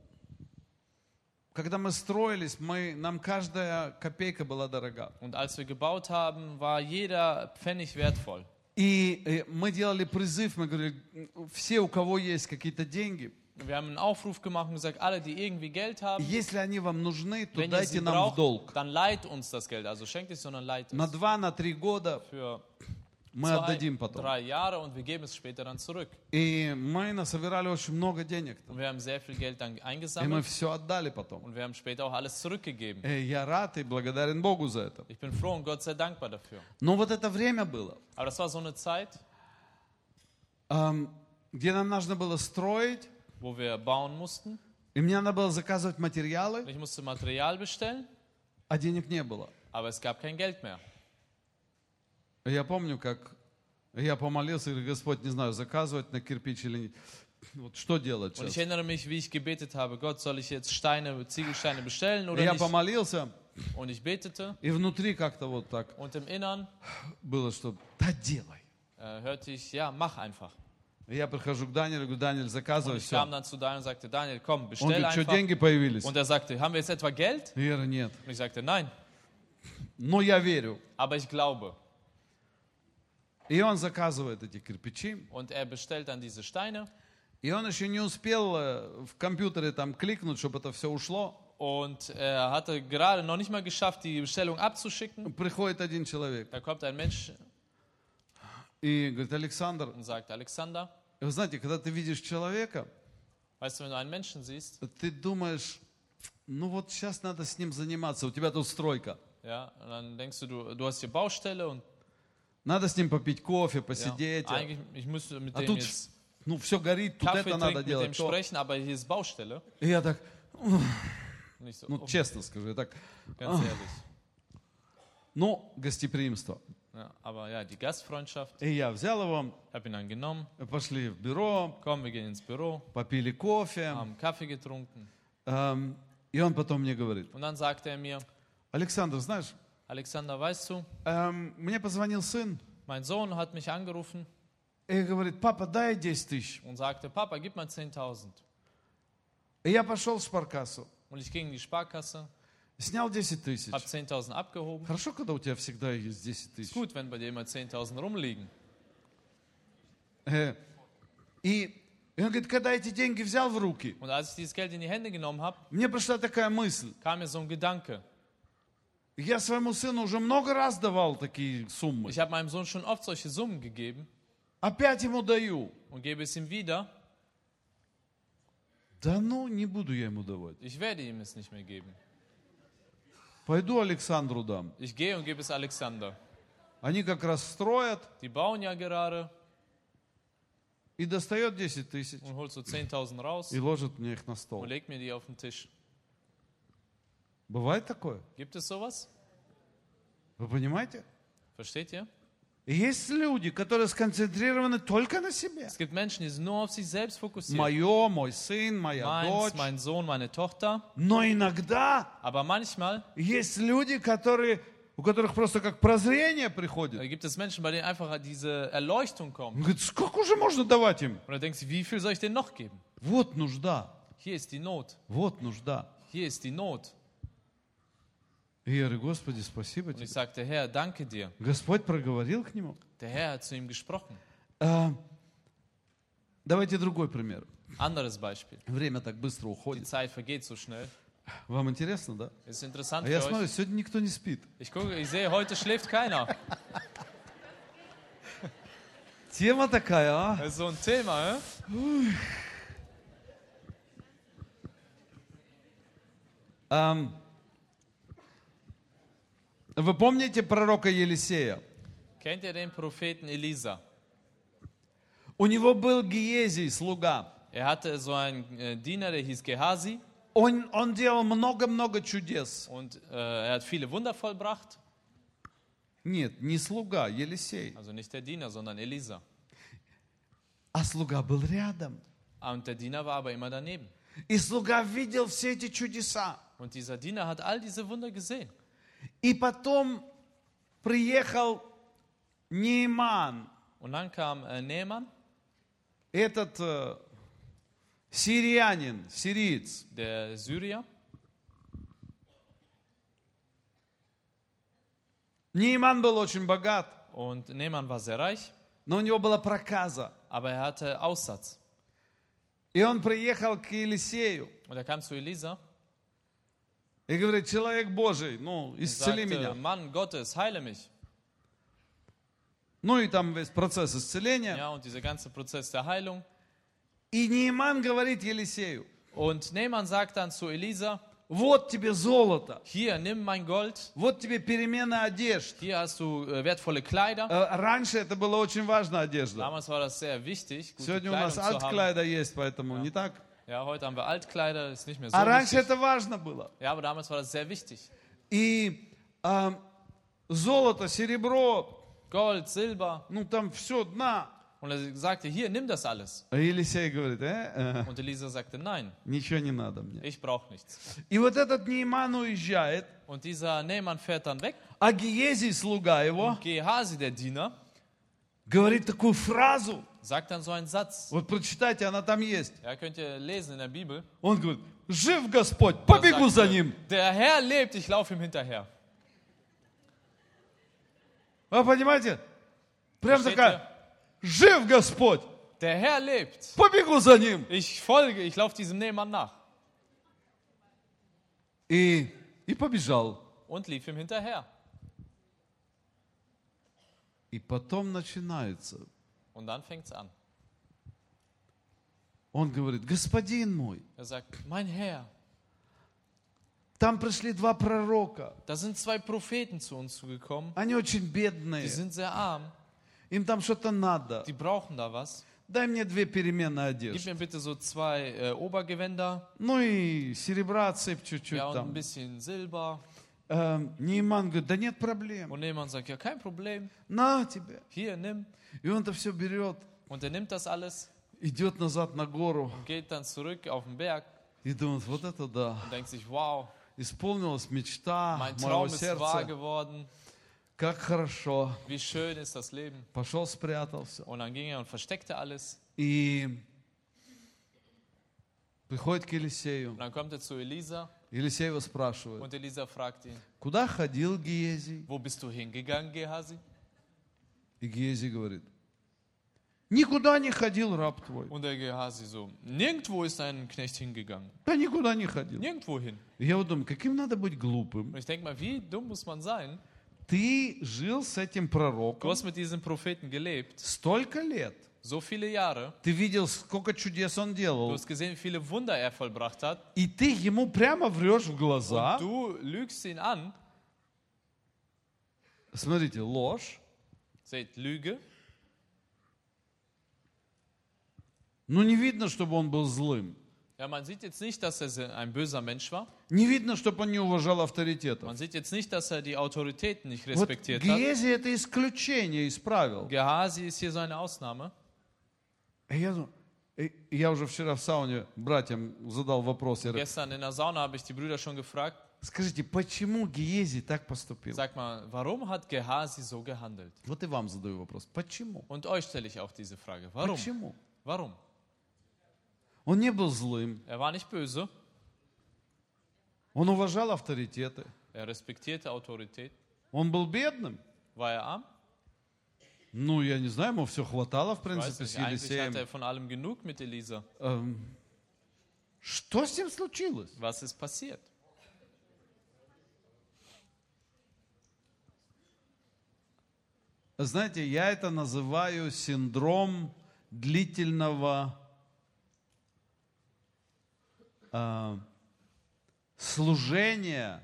[SPEAKER 1] когда мы строились, мы, нам каждая копейка была дорога.
[SPEAKER 3] Und als wir gebaut haben, war jeder Pfennig wertvoll.
[SPEAKER 1] И э, мы делали призыв, мы говорили, все, у кого есть какие-то деньги,
[SPEAKER 3] Wir haben einen Aufruf gemacht und gesagt, alle, die irgendwie Geld haben,
[SPEAKER 1] если они вам нужны, то
[SPEAKER 3] wenn ihr
[SPEAKER 1] дайте
[SPEAKER 3] sie
[SPEAKER 1] нам в долг.
[SPEAKER 3] braucht, dann leiht uns das Geld. Also schenkt es, sondern leiht
[SPEAKER 1] На
[SPEAKER 3] es.
[SPEAKER 1] два, на три года
[SPEAKER 3] Für
[SPEAKER 1] мы
[SPEAKER 3] zwei,
[SPEAKER 1] отдадим потом.
[SPEAKER 3] drei Jahre und wir geben es später dann zurück.
[SPEAKER 1] И мы насобирали очень много денег. там.
[SPEAKER 3] Und wir haben sehr viel Geld dann
[SPEAKER 1] И мы
[SPEAKER 3] eingesammelt
[SPEAKER 1] все отдали потом.
[SPEAKER 3] und wir haben später auch alles zurückgegeben.
[SPEAKER 1] Э, Я рад и благодарен Богу за это.
[SPEAKER 3] Ich bin froh und Gott sei dankbar dafür.
[SPEAKER 1] Но вот это время было,
[SPEAKER 3] Aber das war so eine Zeit,
[SPEAKER 1] эм, где нам нужно было stроить,
[SPEAKER 3] wo wir bauen mussten.
[SPEAKER 1] и мне надо было заказывать материалы,
[SPEAKER 3] Ich musste Material bestellen,
[SPEAKER 1] а денег не было.
[SPEAKER 3] aber es gab kein Geld mehr.
[SPEAKER 1] И Я помню, как я помолился и говорю, Господь, не знаю, заказывать на кирпич или нет. Вот что делать
[SPEAKER 3] Und ich
[SPEAKER 1] сейчас?
[SPEAKER 3] erinnere mich, wie ich gebetet habe, Gott, soll ich jetzt Steine, Ziegelsteine bestellen
[SPEAKER 1] И
[SPEAKER 3] oder
[SPEAKER 1] Я
[SPEAKER 3] nicht?
[SPEAKER 1] помолился,
[SPEAKER 3] Und ich betete
[SPEAKER 1] и внутри как-то вот так
[SPEAKER 3] und im Innern
[SPEAKER 1] было, что «Да делай».
[SPEAKER 3] äh, hörte ich, ja, mach einfach.
[SPEAKER 1] И я прихожу к Данилю, говорю, Даниль,
[SPEAKER 3] Und
[SPEAKER 1] заказывай
[SPEAKER 3] ich kam
[SPEAKER 1] все.
[SPEAKER 3] dann zu Daniel und sagte, Daniel, komm,
[SPEAKER 1] Он
[SPEAKER 3] bestell
[SPEAKER 1] говорит, что
[SPEAKER 3] einfach.
[SPEAKER 1] деньги появились?
[SPEAKER 3] Und er sagte, haben wir jetzt etwa Geld?
[SPEAKER 1] Я говорю, нет.
[SPEAKER 3] Und ich sagte, nein,
[SPEAKER 1] Но я верю.
[SPEAKER 3] aber ich glaube.
[SPEAKER 1] И он заказывает эти кирпичи.
[SPEAKER 3] Und er bestellt dann diese Steine
[SPEAKER 1] И он еще не успел э, в компьютере там кликнуть, чтобы это все ушло.
[SPEAKER 3] und er hatte gerade noch nicht mal geschafft, die Bestellung abzuschicken.
[SPEAKER 1] Приходит один человек
[SPEAKER 3] Da kommt ein Mensch
[SPEAKER 1] и говорит, Александр,
[SPEAKER 3] und sagt, Alexander,
[SPEAKER 1] вы знаете, когда ты видишь человека,
[SPEAKER 3] weißt du, wenn du einen Menschen siehst,
[SPEAKER 1] ты думаешь, ну вот сейчас надо с ним заниматься, у тебя тут стройка.
[SPEAKER 3] ja, und dann denkst du, du, du hast hier Baustelle und
[SPEAKER 1] Надо с ним попить кофе,
[SPEAKER 3] ja,
[SPEAKER 1] посидеть. а-
[SPEAKER 3] eigentlich, ich müsste mit
[SPEAKER 1] а
[SPEAKER 3] dem
[SPEAKER 1] тут
[SPEAKER 3] jetzt
[SPEAKER 1] ну все горит, тут
[SPEAKER 3] Kaffee
[SPEAKER 1] это надо
[SPEAKER 3] trinken, mit dem
[SPEAKER 1] делать. то.
[SPEAKER 3] sprechen, aber hier ist Baustelle.
[SPEAKER 1] И я так,
[SPEAKER 3] Und ich so,
[SPEAKER 1] ну
[SPEAKER 3] oh,
[SPEAKER 1] честно скажу, я так,
[SPEAKER 3] ganz ehrlich.
[SPEAKER 1] ну гостеприимство.
[SPEAKER 3] Ja, aber ja, die Gastfreundschaft,
[SPEAKER 1] И я взял его,
[SPEAKER 3] ich habe ihn dann genommen.
[SPEAKER 1] пошли в бюро,
[SPEAKER 3] Komm, wir gehen ins Büro,
[SPEAKER 1] попили кофе.
[SPEAKER 3] haben Kaffee getrunken.
[SPEAKER 1] Эм, и он потом мне говорит,
[SPEAKER 3] Und dann sagte er mir,
[SPEAKER 1] Александр, знаешь,
[SPEAKER 3] Alexander, weißt du,
[SPEAKER 1] эм, мне позвонил сын
[SPEAKER 3] mein Sohn hat mich angerufen
[SPEAKER 1] и говорит, папа, дай 10 тысяч.
[SPEAKER 3] und sagte, Papa, gib mal 10.000.
[SPEAKER 1] И я пошел в шпаркассу,
[SPEAKER 3] Und ich ging in die Sparkasse,
[SPEAKER 1] снял 10 тысяч.
[SPEAKER 3] habe 10.000 abgehoben.
[SPEAKER 1] Хорошо, когда у тебя всегда есть 10
[SPEAKER 3] Ist
[SPEAKER 1] тысяч.
[SPEAKER 3] gut, wenn bei dir immer 10.000 rumliegen.
[SPEAKER 1] Э, И, и он говорит, когда эти деньги взял в руки,
[SPEAKER 3] Und als ich dieses Geld in die Hände genommen habe,
[SPEAKER 1] мне пришла такая мысль.
[SPEAKER 3] kam mir so ein Gedanke.
[SPEAKER 1] Я своему сыну уже много раз давал такие суммы.
[SPEAKER 3] Ich habe meinem Sohn schon oft solche Summen gegeben
[SPEAKER 1] Опять ему даю.
[SPEAKER 3] und gebe es ihm wieder.
[SPEAKER 1] Да ну, не буду я ему давать.
[SPEAKER 3] Ich werde ihm es nicht mehr geben.
[SPEAKER 1] Пойду Александру дам.
[SPEAKER 3] Ich gehe und gebe es Alexander.
[SPEAKER 1] Они как раз строят
[SPEAKER 3] Die bauen ja gerade
[SPEAKER 1] и достает 10 тысяч.
[SPEAKER 3] und holst so 10.000 raus
[SPEAKER 1] И ложит мне их на стол.
[SPEAKER 3] und legt mir die auf den Tisch.
[SPEAKER 1] Бывает такое?
[SPEAKER 3] Gibt es sowas?
[SPEAKER 1] Вы понимаете?
[SPEAKER 3] Versteht ihr?
[SPEAKER 1] И Есть люди, которые сконцентрированы только на себе.
[SPEAKER 3] Es gibt Menschen, die sind nur auf sich selbst fokussiert.
[SPEAKER 1] Мое, мой сын, моя
[SPEAKER 3] Meins,
[SPEAKER 1] дочь.
[SPEAKER 3] mein Sohn, meine Tochter.
[SPEAKER 1] Но иногда
[SPEAKER 3] Aber manchmal
[SPEAKER 1] есть люди, которые, у которых просто как прозрение приходит.
[SPEAKER 3] äh, gibt es Menschen, bei denen einfach diese Erleuchtung kommt.
[SPEAKER 1] Он говорит, сколько уже можно давать им?
[SPEAKER 3] Und du denkst, wie viel soll ich denn noch geben?
[SPEAKER 1] Вот нужда,
[SPEAKER 3] Hier ist die Not.
[SPEAKER 1] вот нужда.
[SPEAKER 3] Hier ist die Not.
[SPEAKER 1] И я говорю, Господи, спасибо
[SPEAKER 3] Und ich
[SPEAKER 1] тебе.
[SPEAKER 3] sagte, Herr, danke dir.
[SPEAKER 1] Господь проговорил к нему.
[SPEAKER 3] Der Herr hat zu ihm gesprochen.
[SPEAKER 1] А, давайте другой пример.
[SPEAKER 3] Anderes Beispiel.
[SPEAKER 1] Время так быстро
[SPEAKER 3] Die
[SPEAKER 1] уходит.
[SPEAKER 3] Zeit vergeht so schnell.
[SPEAKER 1] Вам интересно, да?
[SPEAKER 3] Ist interessant
[SPEAKER 1] А я
[SPEAKER 3] für
[SPEAKER 1] смотрю,
[SPEAKER 3] euch.
[SPEAKER 1] сегодня никто не спит.
[SPEAKER 3] Ich gucke, ich sehe, heute schläft keiner.
[SPEAKER 1] Тема а? такая, а?
[SPEAKER 3] Das ist so ein Thema, hä?
[SPEAKER 1] Ам, Вы помните пророка Елисея?
[SPEAKER 3] Kennt ihr den Propheten Elisa?
[SPEAKER 1] У него был Гиезий, слуга.
[SPEAKER 3] Er hatte so einen äh, Diener, der hieß Gehasi
[SPEAKER 1] Он, он делал много-много чудес.
[SPEAKER 3] und äh, er hat viele Wunder vollbracht.
[SPEAKER 1] Нет, не слуга, Елисей.
[SPEAKER 3] Also nicht der Diener, sondern Elisa.
[SPEAKER 1] А слуга был рядом.
[SPEAKER 3] Ah, Und der Diener war aber immer daneben.
[SPEAKER 1] И слуга видел все эти чудеса.
[SPEAKER 3] Und dieser Diener hat all diese Wunder gesehen.
[SPEAKER 1] И потом приехал Нейман,
[SPEAKER 3] Und dann kam äh, Naaman,
[SPEAKER 1] этот э, сирианин, сириец.
[SPEAKER 3] der Syrier.
[SPEAKER 1] Нейман был очень богат,
[SPEAKER 3] Und Naaman war sehr reich,
[SPEAKER 1] но у него была проказа.
[SPEAKER 3] aber er hatte Aussatz.
[SPEAKER 1] И он приехал к Елисею
[SPEAKER 3] Und er kam zu Elisa
[SPEAKER 1] и говорит, человек Божий, ну,
[SPEAKER 3] und
[SPEAKER 1] исцели
[SPEAKER 3] sagte,
[SPEAKER 1] меня.
[SPEAKER 3] Mann Gottes, heile mich.
[SPEAKER 1] Ну и там весь процесс исцеления.
[SPEAKER 3] Ja, und dieser ganze Prozess der Heilung.
[SPEAKER 1] И Нейман говорит Елисею,
[SPEAKER 3] Und Naaman sagt dann zu Elisa,
[SPEAKER 1] вот тебе золото,
[SPEAKER 3] hier, nimm mein Gold,
[SPEAKER 1] вот тебе перемена одежд.
[SPEAKER 3] hier hast du äh, wertvolle Kleider.
[SPEAKER 1] Э, Раньше это была очень важная одежда.
[SPEAKER 3] Damals war das sehr wichtig, gute
[SPEAKER 1] Сегодня у
[SPEAKER 3] Kleidung
[SPEAKER 1] нас
[SPEAKER 3] zu haben.
[SPEAKER 1] Altkleider есть, поэтому не так.
[SPEAKER 3] Ja, heute haben wir Altkleider, ist nicht mehr so
[SPEAKER 1] А раньше
[SPEAKER 3] wichtig.
[SPEAKER 1] это важно было.
[SPEAKER 3] Ja, aber damals war das sehr wichtig.
[SPEAKER 1] И а, золото, серебро,
[SPEAKER 3] Gold, Silber.
[SPEAKER 1] ну там все, дна.
[SPEAKER 3] Und er sagte, hier, nimm das alles.
[SPEAKER 1] А Елисей говорит, «Э, э,
[SPEAKER 3] Und Elisa sagte, nein,
[SPEAKER 1] ничего не надо мне.
[SPEAKER 3] ich brauche nichts.
[SPEAKER 1] И вот этот Нейман уезжает,
[SPEAKER 3] Und dieser Nehmann fährt dann weg.
[SPEAKER 1] а Гиезий, слуга его,
[SPEAKER 3] Und Gehasi, der Diener,
[SPEAKER 1] говорит такую фразу.
[SPEAKER 3] sagt dann so einen Satz.
[SPEAKER 1] Вот прочитайте, она там есть.
[SPEAKER 3] Ja, könnt ihr lesen in der Bibel.
[SPEAKER 1] Он говорит, жив Господь,
[SPEAKER 3] Da
[SPEAKER 1] побегу за
[SPEAKER 3] sagte,
[SPEAKER 1] ним.
[SPEAKER 3] Der Herr lebt, ich laufe ihm hinterher.
[SPEAKER 1] Вы понимаете? Прям
[SPEAKER 3] Versteht
[SPEAKER 1] такая, жив Господь,
[SPEAKER 3] Der Herr lebt.
[SPEAKER 1] побегу за ним.
[SPEAKER 3] Ich folge, ich laufe diesem Nehmann nach.
[SPEAKER 1] И, и побежал.
[SPEAKER 3] Und lief ihm hinterher.
[SPEAKER 1] И потом начинается.
[SPEAKER 3] Und dann fängt's an.
[SPEAKER 1] Он говорит, господин мой,
[SPEAKER 3] Er sagt, mein Herr,
[SPEAKER 1] там пришли два пророка.
[SPEAKER 3] da sind zwei Propheten zu uns zugekommen.
[SPEAKER 1] Они очень бедные.
[SPEAKER 3] Die sind sehr arm.
[SPEAKER 1] Им там что-то надо.
[SPEAKER 3] Die brauchen da was.
[SPEAKER 1] Дай мне две перемены
[SPEAKER 3] Gib
[SPEAKER 1] одежды.
[SPEAKER 3] mir bitte so zwei äh, Obergewänder.
[SPEAKER 1] Ну и серебра отсыпь чуть-чуть
[SPEAKER 3] Ja, und ein
[SPEAKER 1] там.
[SPEAKER 3] bisschen Silber.
[SPEAKER 1] Эм, Нейман говорит, да нет проблем.
[SPEAKER 3] Und Nehmann sagt, ja, kein Problem.
[SPEAKER 1] На тебе.
[SPEAKER 3] Hier, nimm.
[SPEAKER 1] И он-то все берет,
[SPEAKER 3] Und er nimmt das alles,
[SPEAKER 1] идет назад на гору
[SPEAKER 3] geht dann zurück auf den Berg
[SPEAKER 1] и думает, вот это да.
[SPEAKER 3] und denkt sich, wow,
[SPEAKER 1] Исполнилась мечта
[SPEAKER 3] mein
[SPEAKER 1] моего
[SPEAKER 3] Traum ist
[SPEAKER 1] сердца.
[SPEAKER 3] wahr geworden.
[SPEAKER 1] Как хорошо.
[SPEAKER 3] Wie schön ist das Leben.
[SPEAKER 1] Пошел, спрятался.
[SPEAKER 3] Und dann ging er und versteckte alles.
[SPEAKER 1] И приходит к Елисею.
[SPEAKER 3] Und dann kommt er zu Elisa
[SPEAKER 1] Елисей его спрашивает,
[SPEAKER 3] und Elisa fragt ihn,
[SPEAKER 1] куда ходил Гиезий?
[SPEAKER 3] wo bist du hingegangen, Gehasi?
[SPEAKER 1] И Гиезий говорит, никуда не ходил раб твой.
[SPEAKER 3] Und der Gehasi so, nirgendwo ist ein Knecht hingegangen.
[SPEAKER 1] Да никуда не ходил.
[SPEAKER 3] Nirgendwo hin.
[SPEAKER 1] И я вот думаю, каким надо быть глупым?
[SPEAKER 3] Und ich denke mal, wie dumm muss man sein?
[SPEAKER 1] Ты жил с этим
[SPEAKER 3] Du
[SPEAKER 1] пророком
[SPEAKER 3] hast mit diesem Propheten gelebt,
[SPEAKER 1] столько лет.
[SPEAKER 3] so viele Jahre.
[SPEAKER 1] Ты видел, сколько чудес он
[SPEAKER 3] Du
[SPEAKER 1] делал.
[SPEAKER 3] hast gesehen, wie viele Wunder er vollbracht hat.
[SPEAKER 1] И ты ему прямо врешь в глаза.
[SPEAKER 3] Du lügst ihn an.
[SPEAKER 1] Смотрите, ложь.
[SPEAKER 3] Seht, Lüge.
[SPEAKER 1] Ну не видно, чтобы он был злым.
[SPEAKER 3] Ja, man sieht jetzt nicht, dass er se- ein böser Mensch war.
[SPEAKER 1] Не видно, чтобы он не уважал авторитетов.
[SPEAKER 3] Man sieht jetzt nicht, dass er die Autoritäten nicht
[SPEAKER 1] Вот
[SPEAKER 3] respektiert hat.
[SPEAKER 1] Гиезий это исключение из правил.
[SPEAKER 3] Gehasi ist hier so eine Ausnahme.
[SPEAKER 1] И Я, думаю, и- и я уже вчера в сауне братьям задал вопрос. Я говорю,
[SPEAKER 3] Gestern in der Sauna habe ich die Brüder schon gefragt.
[SPEAKER 1] Скажите, почему Гиезий так поступил?
[SPEAKER 3] Sag mal, warum hat Gehasi so gehandelt?
[SPEAKER 1] Вот и вам задаю вопрос. Почему?
[SPEAKER 3] Und euch stelle ich auch diese Frage. Warum?
[SPEAKER 1] Почему?
[SPEAKER 3] Warum?
[SPEAKER 1] Он не был злым,
[SPEAKER 3] Er war nicht böse.
[SPEAKER 1] он уважал авторитеты,
[SPEAKER 3] Er respektierte Autorität.
[SPEAKER 1] он был бедным.
[SPEAKER 3] War er arm?
[SPEAKER 1] Ну, я не знаю, ему все хватало, в
[SPEAKER 3] Ich Weiß
[SPEAKER 1] принципе, с
[SPEAKER 3] nicht. Eigentlich
[SPEAKER 1] Елисеем.
[SPEAKER 3] hatte er von allem genug mit Elisa.
[SPEAKER 1] Эм, что с ним случилось?
[SPEAKER 3] Was ist passiert?
[SPEAKER 1] Знаете, я это называю синдром э, длительного а, служение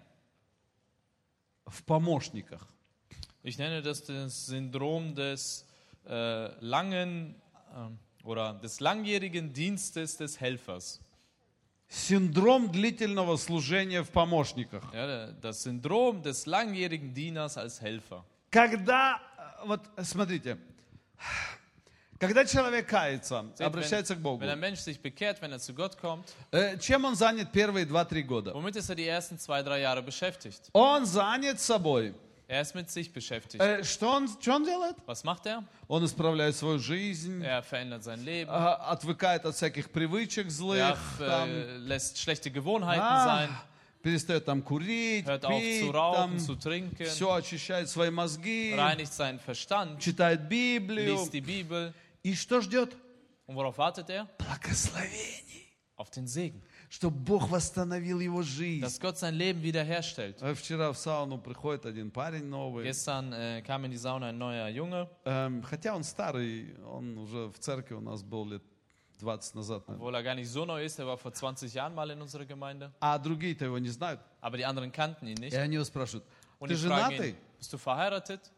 [SPEAKER 1] в помощниках.
[SPEAKER 3] Ich nenne das das Syndrom des äh, langen ähm, oder des langjährigen Dienstes des Helfers.
[SPEAKER 1] Синдром длительного служения в помощниках.
[SPEAKER 3] Ja, der- das Syndrom des langjährigen Dieners als Helfer.
[SPEAKER 1] Когда, э, вот смотрите, когда человек кается,
[SPEAKER 3] Seht,
[SPEAKER 1] обращается к
[SPEAKER 3] wenn,
[SPEAKER 1] Богу,
[SPEAKER 3] wenn ein Mensch sich bekehrt, wenn er zu Gott kommt,
[SPEAKER 1] э, чем он занят первые 2-3 года?
[SPEAKER 3] womit ist er die ersten zwei, drei Jahre beschäftigt?
[SPEAKER 1] Он занят собой.
[SPEAKER 3] Er ist mit sich beschäftigt.
[SPEAKER 1] Э, Что он, что он делает? Э,
[SPEAKER 3] Was macht er?
[SPEAKER 1] Он исправляет свою жизнь,
[SPEAKER 3] Er verändert sein Leben,
[SPEAKER 1] а, отвыкает от всяких привычек
[SPEAKER 3] er
[SPEAKER 1] злых,
[SPEAKER 3] f-
[SPEAKER 1] там,
[SPEAKER 3] äh, lässt schlechte Gewohnheiten
[SPEAKER 1] а,
[SPEAKER 3] sein,
[SPEAKER 1] перестает там курить,
[SPEAKER 3] hört auf zu
[SPEAKER 1] пить, там,
[SPEAKER 3] rauchen, zu trinken,
[SPEAKER 1] все очищает свои мозги,
[SPEAKER 3] reinigt seinen Verstand,
[SPEAKER 1] читает Библию.
[SPEAKER 3] liest die Bibel.
[SPEAKER 1] И что ждет?
[SPEAKER 3] Und worauf wartet er?
[SPEAKER 1] Благословений,
[SPEAKER 3] Auf den Segen.
[SPEAKER 1] чтобы Бог восстановил его жизнь.
[SPEAKER 3] Dass Gott sein Leben wiederherstellt.
[SPEAKER 1] Э, Вчера в сауну приходит один парень новый,
[SPEAKER 3] Gestern äh, kam in die Sauna ein neuer Junge,
[SPEAKER 1] Эм, хотя он старый, он уже в церкви у нас был лет 20 назад. наверное.
[SPEAKER 3] obwohl er gar nicht so neu ist, er war vor 20 Jahren mal in unserer Gemeinde.
[SPEAKER 1] А другие-то его не знают.
[SPEAKER 3] Aber die anderen kannten ihn
[SPEAKER 1] И
[SPEAKER 3] nicht.
[SPEAKER 1] они его спрашивают,
[SPEAKER 3] Und
[SPEAKER 1] ты
[SPEAKER 3] ich frage
[SPEAKER 1] женатый?
[SPEAKER 3] ihn, bist du verheiratet?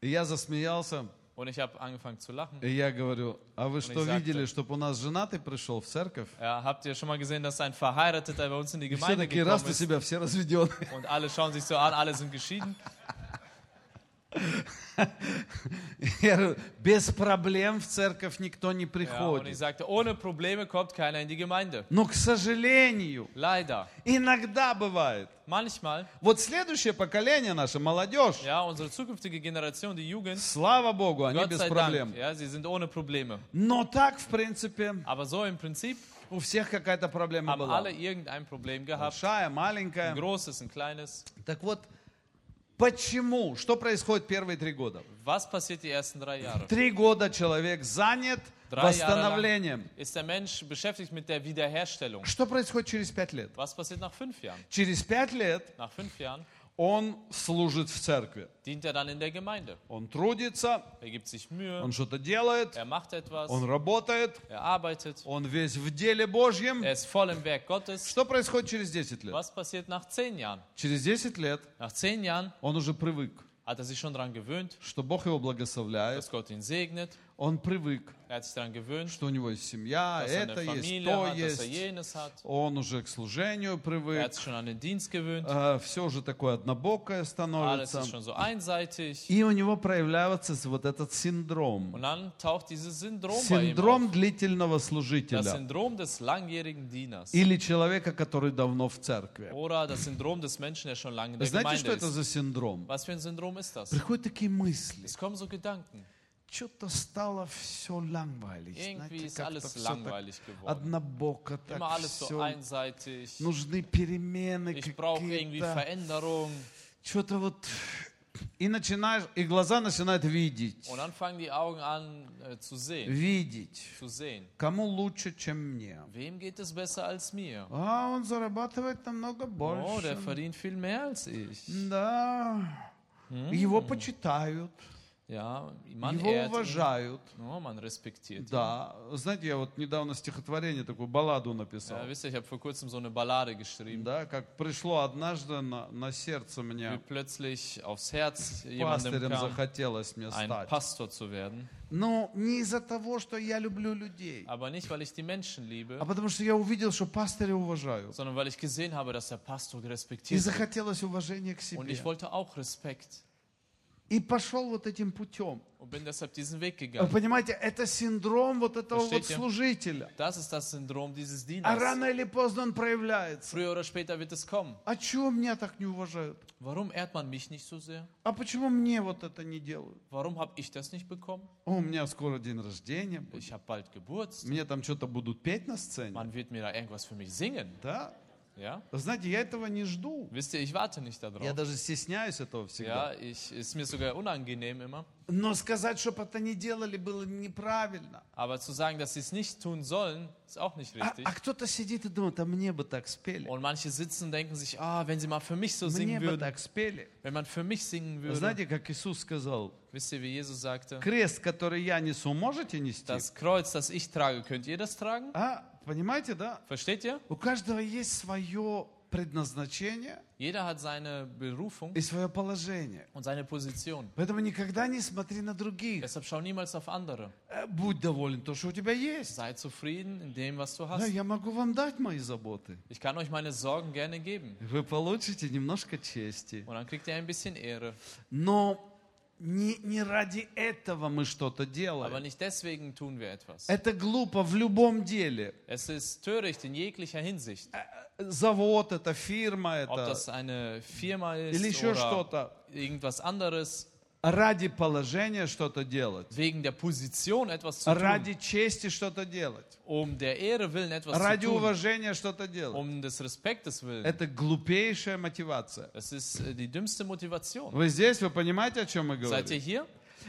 [SPEAKER 1] И я засмеялся,
[SPEAKER 3] Und ich habe angefangen zu lachen.
[SPEAKER 1] и я говорю, а вы что
[SPEAKER 3] Exacto.
[SPEAKER 1] видели, чтобы у нас женатый пришел в церковь?
[SPEAKER 3] Ja, habt ihr schon mal gesehen, dass ein Verheirateter bei uns in die
[SPEAKER 1] И все
[SPEAKER 3] Gemeinde
[SPEAKER 1] такие, раз
[SPEAKER 3] gekommen
[SPEAKER 1] ты
[SPEAKER 3] ist?
[SPEAKER 1] себя, все разведены.
[SPEAKER 3] Und alle schauen sich so an, alle sind geschieden.
[SPEAKER 1] Я говорю, без проблем в церковь никто не
[SPEAKER 3] Ja, und ich
[SPEAKER 1] приходит.
[SPEAKER 3] sagte, ohne Probleme kommt keiner in die Gemeinde.
[SPEAKER 1] Но, к сожалению,
[SPEAKER 3] Leider.
[SPEAKER 1] иногда бывает.
[SPEAKER 3] Manchmal,
[SPEAKER 1] Вот следующее поколение наше, молодежь,
[SPEAKER 3] ja, unsere зукünftige Generation, die Jugend,
[SPEAKER 1] слава Богу, они
[SPEAKER 3] Gott
[SPEAKER 1] без
[SPEAKER 3] sei Dank,
[SPEAKER 1] проблем.
[SPEAKER 3] ja, sie sind ohne Probleme.
[SPEAKER 1] Но так, в принципе,
[SPEAKER 3] Aber so im Prinzip
[SPEAKER 1] у всех какая-то проблема
[SPEAKER 3] haben
[SPEAKER 1] была.
[SPEAKER 3] alle irgendein Problem gehabt.
[SPEAKER 1] Большая,
[SPEAKER 3] Ein
[SPEAKER 1] маленькая.
[SPEAKER 3] großes, ein kleines.
[SPEAKER 1] Так вот, почему? Что происходит первые три года?
[SPEAKER 3] Was passiert die ersten drei Jahre?
[SPEAKER 1] Три года человек занят
[SPEAKER 3] Drei Jahre
[SPEAKER 1] восстановлением.
[SPEAKER 3] lang ist der Mensch beschäftigt mit der Wiederherstellung.
[SPEAKER 1] Что происходит через пять лет?
[SPEAKER 3] Was passiert nach fünf Jahren?
[SPEAKER 1] Через пять лет
[SPEAKER 3] Nach fünf Jahren
[SPEAKER 1] он служит в церкви.
[SPEAKER 3] dient er dann in der Gemeinde.
[SPEAKER 1] Он трудится,
[SPEAKER 3] Er gibt sich Mühe,
[SPEAKER 1] он что-то делает,
[SPEAKER 3] er macht etwas,
[SPEAKER 1] он работает,
[SPEAKER 3] er arbeitet,
[SPEAKER 1] он весь в деле Божьем.
[SPEAKER 3] er ist voll im Werk Gottes.
[SPEAKER 1] Что происходит через 10 лет?
[SPEAKER 3] Was passiert nach zehn Jahren?
[SPEAKER 1] Через 10 лет
[SPEAKER 3] Nach zehn Jahren
[SPEAKER 1] он уже привык,
[SPEAKER 3] hat er sich schon daran gewöhnt,
[SPEAKER 1] что Бог его благословляет,
[SPEAKER 3] dass Gott ihn segnet.
[SPEAKER 1] он привык,
[SPEAKER 3] Er hat sich daran gewöhnt,
[SPEAKER 1] что у него есть семья,
[SPEAKER 3] dass er eine
[SPEAKER 1] это есть,
[SPEAKER 3] Familie
[SPEAKER 1] то
[SPEAKER 3] hat, dass er
[SPEAKER 1] есть.
[SPEAKER 3] jenes hat.
[SPEAKER 1] Он уже к служению
[SPEAKER 3] Er
[SPEAKER 1] привык,
[SPEAKER 3] hat sich schon an den Dienst gewöhnt.
[SPEAKER 1] все уже такое однобокое
[SPEAKER 3] Alles
[SPEAKER 1] становится.
[SPEAKER 3] ist schon so einseitig.
[SPEAKER 1] И у него проявляется вот этот синдром.
[SPEAKER 3] Und dann taucht dieses Syndrom bei ihm auf.
[SPEAKER 1] Синдром длительного
[SPEAKER 3] Das
[SPEAKER 1] служителя.
[SPEAKER 3] Syndrom des langjährigen Dieners.
[SPEAKER 1] Или человека, который давно в церкви.
[SPEAKER 3] Oder das Syndrom des Menschen, der schon lange in der
[SPEAKER 1] Знаете,
[SPEAKER 3] Gemeinde
[SPEAKER 1] что это
[SPEAKER 3] ist.
[SPEAKER 1] за синдром?
[SPEAKER 3] Was für ein Syndrom ist das?
[SPEAKER 1] Приходят такие мысли.
[SPEAKER 3] Es kommen so Gedanken.
[SPEAKER 1] Что-то стало все langweilig. Знаете,
[SPEAKER 3] Irgendwie ist
[SPEAKER 1] как-то
[SPEAKER 3] alles
[SPEAKER 1] все так
[SPEAKER 3] langweilig geworden.
[SPEAKER 1] однобоко, так
[SPEAKER 3] Immer alles so
[SPEAKER 1] все.
[SPEAKER 3] einseitig.
[SPEAKER 1] Нужны перемены
[SPEAKER 3] Ich brauche irgendwie
[SPEAKER 1] какие-то.
[SPEAKER 3] Veränderung.
[SPEAKER 1] Что-то вот... И начинаешь, и глаза начинают видеть.
[SPEAKER 3] Und dann fangen die Augen an äh, zu sehen.
[SPEAKER 1] Видеть.
[SPEAKER 3] Zu sehen.
[SPEAKER 1] Кому лучше, чем мне?
[SPEAKER 3] Wem geht es besser als mir?
[SPEAKER 1] А, он зарабатывает намного
[SPEAKER 3] Oh,
[SPEAKER 1] больше.
[SPEAKER 3] der verdient viel mehr als
[SPEAKER 1] Hm.
[SPEAKER 3] ich.
[SPEAKER 1] да. Его почитают,
[SPEAKER 3] Ja, man
[SPEAKER 1] его
[SPEAKER 3] ehrt ihn.
[SPEAKER 1] уважают.
[SPEAKER 3] Oh, man respektiert ihn.
[SPEAKER 1] Да, знаете, я вот недавно стихотворение, такую балладу написал.
[SPEAKER 3] Ja, wisst ihr, ich habe vor kurzem so eine Ballade geschrieben.
[SPEAKER 1] Да, как пришло однажды на, на сердце
[SPEAKER 3] wie
[SPEAKER 1] мне,
[SPEAKER 3] plötzlich aufs Herz jemandem
[SPEAKER 1] пастырем
[SPEAKER 3] kam,
[SPEAKER 1] захотелось мне
[SPEAKER 3] ein
[SPEAKER 1] стать.
[SPEAKER 3] Pastor zu werden.
[SPEAKER 1] Но не из-за того, что я люблю людей,
[SPEAKER 3] Aber nicht, weil ich die Menschen liebe,
[SPEAKER 1] а потому что я увидел, что пастыря уважают.
[SPEAKER 3] sondern weil ich gesehen habe, dass der Pastor
[SPEAKER 1] И
[SPEAKER 3] respektiert wird.
[SPEAKER 1] захотелось уважения к
[SPEAKER 3] Und
[SPEAKER 1] себе.
[SPEAKER 3] ich wollte auch Respekt
[SPEAKER 1] И пошел вот этим путем.
[SPEAKER 3] und bin deshalb diesen Weg
[SPEAKER 1] Вы
[SPEAKER 3] gegangen.
[SPEAKER 1] понимаете, это синдром вот этого вот
[SPEAKER 3] Versteht ihr?
[SPEAKER 1] служителя.
[SPEAKER 3] Das ist das Syndrom dieses
[SPEAKER 1] А
[SPEAKER 3] Dieners.
[SPEAKER 1] рано или поздно он проявляется.
[SPEAKER 3] Früher oder später wird es kommen.
[SPEAKER 1] А чего меня так не уважают?
[SPEAKER 3] Warum ehrt man mich nicht so sehr?
[SPEAKER 1] А почему мне вот это не делают?
[SPEAKER 3] Warum habe ich das nicht bekommen?
[SPEAKER 1] О, у меня скоро день рождения. будет.
[SPEAKER 3] Ich habe bald Geburtstag.
[SPEAKER 1] Мне там что-то будут петь на сцене.
[SPEAKER 3] Man wird mir da irgendwas für mich singen.
[SPEAKER 1] Да?
[SPEAKER 3] Ja?
[SPEAKER 1] Знаете, я этого не жду.
[SPEAKER 3] Wisst ihr, ich warte nicht
[SPEAKER 1] Я
[SPEAKER 3] darauf.
[SPEAKER 1] даже стесняюсь этого всегда.
[SPEAKER 3] Ja, ich, ist mir sogar unangenehm immer.
[SPEAKER 1] Но сказать, чтобы это не делали, было неправильно.
[SPEAKER 3] Aber zu sagen, dass sie es nicht tun sollen, ist auch nicht
[SPEAKER 1] А,
[SPEAKER 3] richtig.
[SPEAKER 1] а кто-то сидит и думает, а мне бы так спели.
[SPEAKER 3] Und manche sitzen und denken sich, ah, wenn sie mal für mich so
[SPEAKER 1] Мне
[SPEAKER 3] singen
[SPEAKER 1] бы
[SPEAKER 3] würden,
[SPEAKER 1] так спели.
[SPEAKER 3] wenn man für mich singen würde.
[SPEAKER 1] Знаете, как Иисус сказал,
[SPEAKER 3] Wisst ihr, wie Jesus sagte?
[SPEAKER 1] крест, который я несу, можете нести?
[SPEAKER 3] Das Kreuz, das
[SPEAKER 1] Ah.
[SPEAKER 3] ich trage, könnt ihr das tragen?
[SPEAKER 1] А, понимаете, да?
[SPEAKER 3] Versteht ihr?
[SPEAKER 1] У каждого есть свое предназначение
[SPEAKER 3] Jeder hat seine Berufung
[SPEAKER 1] и свое положение.
[SPEAKER 3] und seine Position.
[SPEAKER 1] Поэтому никогда не смотри на других.
[SPEAKER 3] Deshalb schau niemals auf andere.
[SPEAKER 1] Э, Будь доволен то, что у тебя есть.
[SPEAKER 3] Sei zufrieden in dem, was du
[SPEAKER 1] Да,
[SPEAKER 3] hast.
[SPEAKER 1] я могу вам дать мои заботы.
[SPEAKER 3] Ich kann euch meine Sorgen gerne geben.
[SPEAKER 1] Вы получите немножко чести.
[SPEAKER 3] Und dann kriegt ihr ein bisschen Ehre.
[SPEAKER 1] Но не, не ради этого мы что-то
[SPEAKER 3] Aber
[SPEAKER 1] делаем.
[SPEAKER 3] nicht deswegen tun wir etwas.
[SPEAKER 1] Это глупо в любом деле.
[SPEAKER 3] Es ist töricht in jeglicher Hinsicht.
[SPEAKER 1] Завод, это фирма,
[SPEAKER 3] Ob
[SPEAKER 1] это
[SPEAKER 3] das eine Firma
[SPEAKER 1] или
[SPEAKER 3] ist
[SPEAKER 1] еще
[SPEAKER 3] oder
[SPEAKER 1] что-то.
[SPEAKER 3] irgendwas anderes.
[SPEAKER 1] Ради положения что-то делать.
[SPEAKER 3] Wegen der Position etwas zu tun.
[SPEAKER 1] Ради чести что-то делать.
[SPEAKER 3] Um der Ehre willen etwas zu
[SPEAKER 1] Ради
[SPEAKER 3] tun.
[SPEAKER 1] уважения что-то делать.
[SPEAKER 3] Um des Respektes willen.
[SPEAKER 1] Это глупейшая мотивация.
[SPEAKER 3] Das ist äh, die dümmste Motivation.
[SPEAKER 1] Вы здесь, вы понимаете, о чем мы
[SPEAKER 3] Seid ihr
[SPEAKER 1] говорим?
[SPEAKER 3] hier?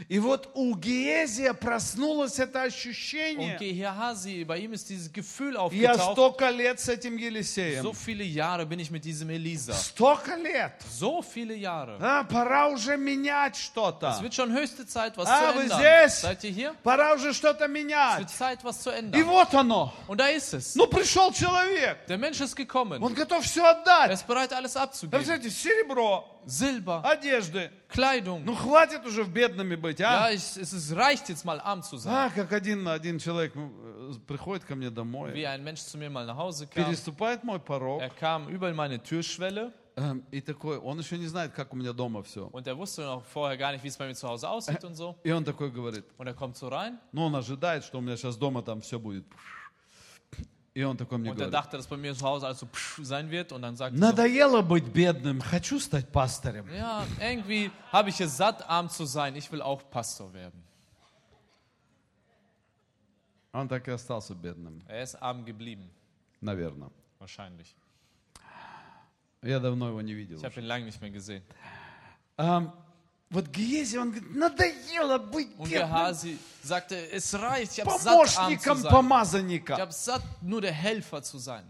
[SPEAKER 1] И вот у Гиезия проснулось это
[SPEAKER 3] Und
[SPEAKER 1] ощущение.
[SPEAKER 3] Gehasi, bei ihm ist dieses Gefühl
[SPEAKER 1] Я
[SPEAKER 3] aufgetaucht.
[SPEAKER 1] столько лет с этим
[SPEAKER 3] So
[SPEAKER 1] Елисеем.
[SPEAKER 3] viele Jahre bin ich mit diesem Elisa.
[SPEAKER 1] Столько лет.
[SPEAKER 3] So viele Jahre.
[SPEAKER 1] А, пора уже менять
[SPEAKER 3] Es
[SPEAKER 1] что-то.
[SPEAKER 3] wird schon höchste Zeit, was
[SPEAKER 1] Ah,
[SPEAKER 3] zu
[SPEAKER 1] wir
[SPEAKER 3] ändern.
[SPEAKER 1] sind's.
[SPEAKER 3] Seid ihr hier?
[SPEAKER 1] Пора уже что-то
[SPEAKER 3] Es wird
[SPEAKER 1] менять.
[SPEAKER 3] Zeit, was zu
[SPEAKER 1] И
[SPEAKER 3] ändern.
[SPEAKER 1] вот оно.
[SPEAKER 3] Und da ist es.
[SPEAKER 1] Ну, пришел человек.
[SPEAKER 3] Der Mensch ist gekommen.
[SPEAKER 1] Он готов все
[SPEAKER 3] Er
[SPEAKER 1] отдать.
[SPEAKER 3] ist bereit, alles
[SPEAKER 1] Да,
[SPEAKER 3] abzugeben.
[SPEAKER 1] кстати, серебро, Ah,
[SPEAKER 3] Silber,
[SPEAKER 1] одежды.
[SPEAKER 3] Kleidung.
[SPEAKER 1] Ну, хватит уже в бедными быть,
[SPEAKER 3] Ja,
[SPEAKER 1] а?
[SPEAKER 3] ich, es ist, reicht jetzt mal arm zu sein.
[SPEAKER 1] А, как один на один человек м, э, приходит ко мне домой,
[SPEAKER 3] Wie ein Mensch zu mir mal nach Hause kam.
[SPEAKER 1] переступает мой порог,
[SPEAKER 3] Er kam über meine Türschwelle
[SPEAKER 1] эм, и такой, он еще не знает, как у меня дома все.
[SPEAKER 3] und er wusste noch vorher gar nicht, wie es bei mir zu Hause aussieht und so.
[SPEAKER 1] И он такой говорит,
[SPEAKER 3] Und er kommt so rein
[SPEAKER 1] ну, он ожидает, что у меня сейчас дома там все будет. И он такой мне
[SPEAKER 3] und er
[SPEAKER 1] говорит,
[SPEAKER 3] dachte, dass bei mir zu Hause alles so psch sein wird und dann sagt er, so,
[SPEAKER 1] надоело быть бедным, хочу стать пастором.
[SPEAKER 3] ja, irgendwie habe ich es satt, arm zu sein. Ich will auch Pastor werden.
[SPEAKER 1] Он так и остался бедным,
[SPEAKER 3] Er ist arm geblieben,
[SPEAKER 1] наверное.
[SPEAKER 3] wahrscheinlich.
[SPEAKER 1] Я давно его не видел.
[SPEAKER 3] Ich habe ihn lange nicht mehr gesehen.
[SPEAKER 1] Ам, вот Гиези, он говорит, надоело быть
[SPEAKER 3] Und
[SPEAKER 1] бедным
[SPEAKER 3] Gehasi sagte, es reicht, ich habe satt, arm zu
[SPEAKER 1] помощником
[SPEAKER 3] sein. Ich
[SPEAKER 1] помазанника.
[SPEAKER 3] habe satt, nur der Helfer zu sein.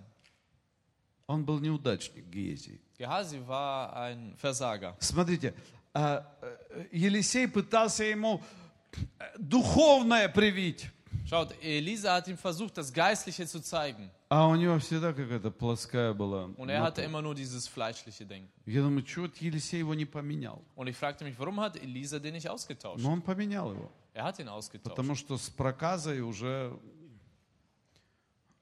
[SPEAKER 1] Он был неудачник, Гиезий.
[SPEAKER 3] Gehasi war ein Versager.
[SPEAKER 1] Смотрите, а, э, Елисей пытался ему э, духовное привить,
[SPEAKER 3] Schaut, Elisa hat ihm versucht, das Geistliche zu zeigen.
[SPEAKER 1] а у него всегда какая-то плоская была.
[SPEAKER 3] Und er hatte
[SPEAKER 1] натура.
[SPEAKER 3] immer nur dieses fleischliche Denken.
[SPEAKER 1] Я думаю, чего Елисей его не поменял?
[SPEAKER 3] Und ich fragte mich, warum hat Elisa den nicht ausgetauscht?
[SPEAKER 1] Но он поменял его,
[SPEAKER 3] Er hat ihn ausgetauscht.
[SPEAKER 1] потому что с проказой уже...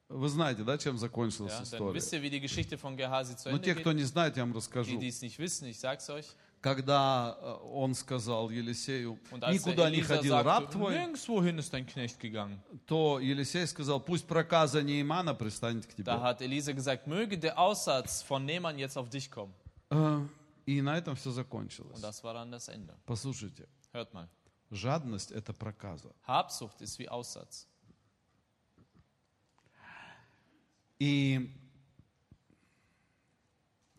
[SPEAKER 1] Вы знаете, да, чем закончилась
[SPEAKER 3] Ja, dann
[SPEAKER 1] история?
[SPEAKER 3] wisst ihr, wie die Geschichte von Gehasi zu
[SPEAKER 1] Но
[SPEAKER 3] Ende
[SPEAKER 1] те, кто
[SPEAKER 3] geht.
[SPEAKER 1] не знает, я вам расскажу.
[SPEAKER 3] Die, die es nicht wissen, ich sag's euch.
[SPEAKER 1] Когда э, он сказал Елисею,
[SPEAKER 3] Und als der
[SPEAKER 1] никуда не
[SPEAKER 3] Elisa
[SPEAKER 1] ходил раб
[SPEAKER 3] sagte,
[SPEAKER 1] твой,
[SPEAKER 3] nirgendwohin ist dein Knecht gegangen.
[SPEAKER 1] то Елисей сказал, пусть проказа Неймана пристанет к тебе.
[SPEAKER 3] Da hat Elisa gesagt, möge der Aussatz von Nehmann jetzt auf dich kommen.
[SPEAKER 1] Э, И на этом все закончилось.
[SPEAKER 3] Und das war dann das Ende.
[SPEAKER 1] Послушайте,
[SPEAKER 3] Hört mal.
[SPEAKER 1] жадность это проказа.
[SPEAKER 3] Habsucht ist wie Aussatz.
[SPEAKER 1] И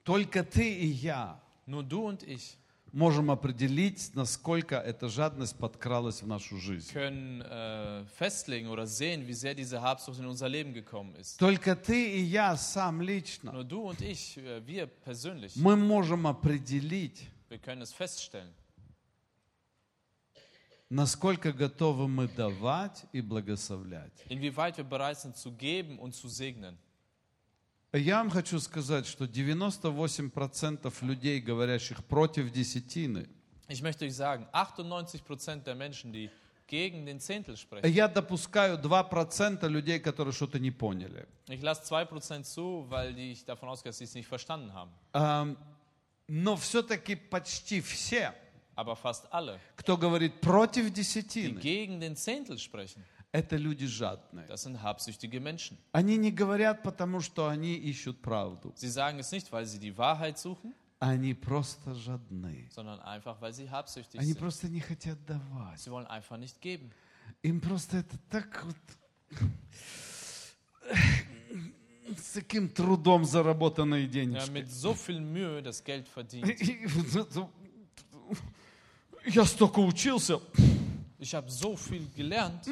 [SPEAKER 1] только ты и я
[SPEAKER 3] Nur du und ich
[SPEAKER 1] можем определить, насколько эта жадность подкралась в нашу жизнь.
[SPEAKER 3] können äh, festlegen oder sehen, wie sehr diese Habsucht in unser Leben gekommen ist.
[SPEAKER 1] Только ты и я сам лично,
[SPEAKER 3] Nur du und ich, äh, wir persönlich,
[SPEAKER 1] мы можем определить,
[SPEAKER 3] wir können es feststellen,
[SPEAKER 1] насколько готовы мы давать и благословлять.
[SPEAKER 3] inwieweit wir bereit sind zu geben und zu segnen.
[SPEAKER 1] Я вам хочу сказать, что 98% людей, говорящих против десятины,
[SPEAKER 3] Ich möchte euch sagen, 98% der Menschen, die gegen den Zehntel sprechen,
[SPEAKER 1] я допускаю 2% людей, которые что-то не поняли.
[SPEAKER 3] ich lasse 2% zu, weil die ich davon ausgehe, dass sie es nicht verstanden haben.
[SPEAKER 1] Ам, Но все-таки почти все,
[SPEAKER 3] Aber fast alle,
[SPEAKER 1] кто говорит против
[SPEAKER 3] die
[SPEAKER 1] десятины,
[SPEAKER 3] gegen den Zehntel sprechen,
[SPEAKER 1] это люди жадные.
[SPEAKER 3] das sind habsüchtige Menschen.
[SPEAKER 1] Они не говорят, потому что они ищут правду.
[SPEAKER 3] Sie sagen es nicht, weil sie die Wahrheit suchen,
[SPEAKER 1] Они просто жадны.
[SPEAKER 3] sondern einfach, weil sie habsüchtig
[SPEAKER 1] Они
[SPEAKER 3] sind.
[SPEAKER 1] просто не хотят давать.
[SPEAKER 3] Sie wollen einfach nicht geben.
[SPEAKER 1] Им просто это так вот... С таким трудом заработанные
[SPEAKER 3] Ja,
[SPEAKER 1] денежки.
[SPEAKER 3] mit so viel Mühe das Geld verdient.
[SPEAKER 1] И вот это- Я столько учился.
[SPEAKER 3] Ich habe so viel gelernt.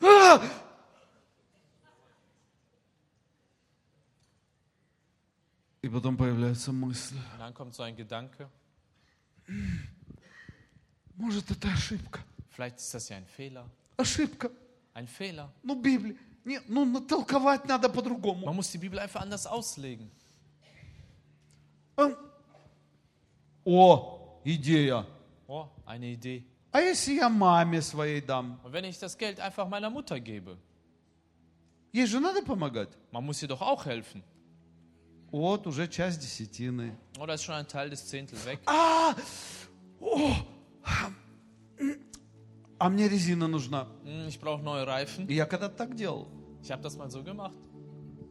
[SPEAKER 1] А! И потом появляются мысли.
[SPEAKER 3] Und dann kommt so ein Gedanke,
[SPEAKER 1] Может, это ошибка.
[SPEAKER 3] Vielleicht ist das ja ein Fehler.
[SPEAKER 1] Ошибка.
[SPEAKER 3] Ein Fehler.
[SPEAKER 1] Ну, Библия. Не, ну, на- толковать надо по-другому.
[SPEAKER 3] Man muss die Bibel einfach anders auslegen.
[SPEAKER 1] Эм. О, идея.
[SPEAKER 3] Oh, eine Idee.
[SPEAKER 1] А если я маме своей дам?
[SPEAKER 3] Und wenn ich das Geld einfach meiner Mutter gebe,
[SPEAKER 1] Ей же надо помогать.
[SPEAKER 3] man muss ihr doch auch helfen.
[SPEAKER 1] Вот уже часть десятины.
[SPEAKER 3] Oh, da ist schon ein Teil des Zehntels weg.
[SPEAKER 1] А мне резина нужна.
[SPEAKER 3] Hm, ich brauche neue Reifen.
[SPEAKER 1] И я когда-то так делал.
[SPEAKER 3] Ich habe das mal so gemacht.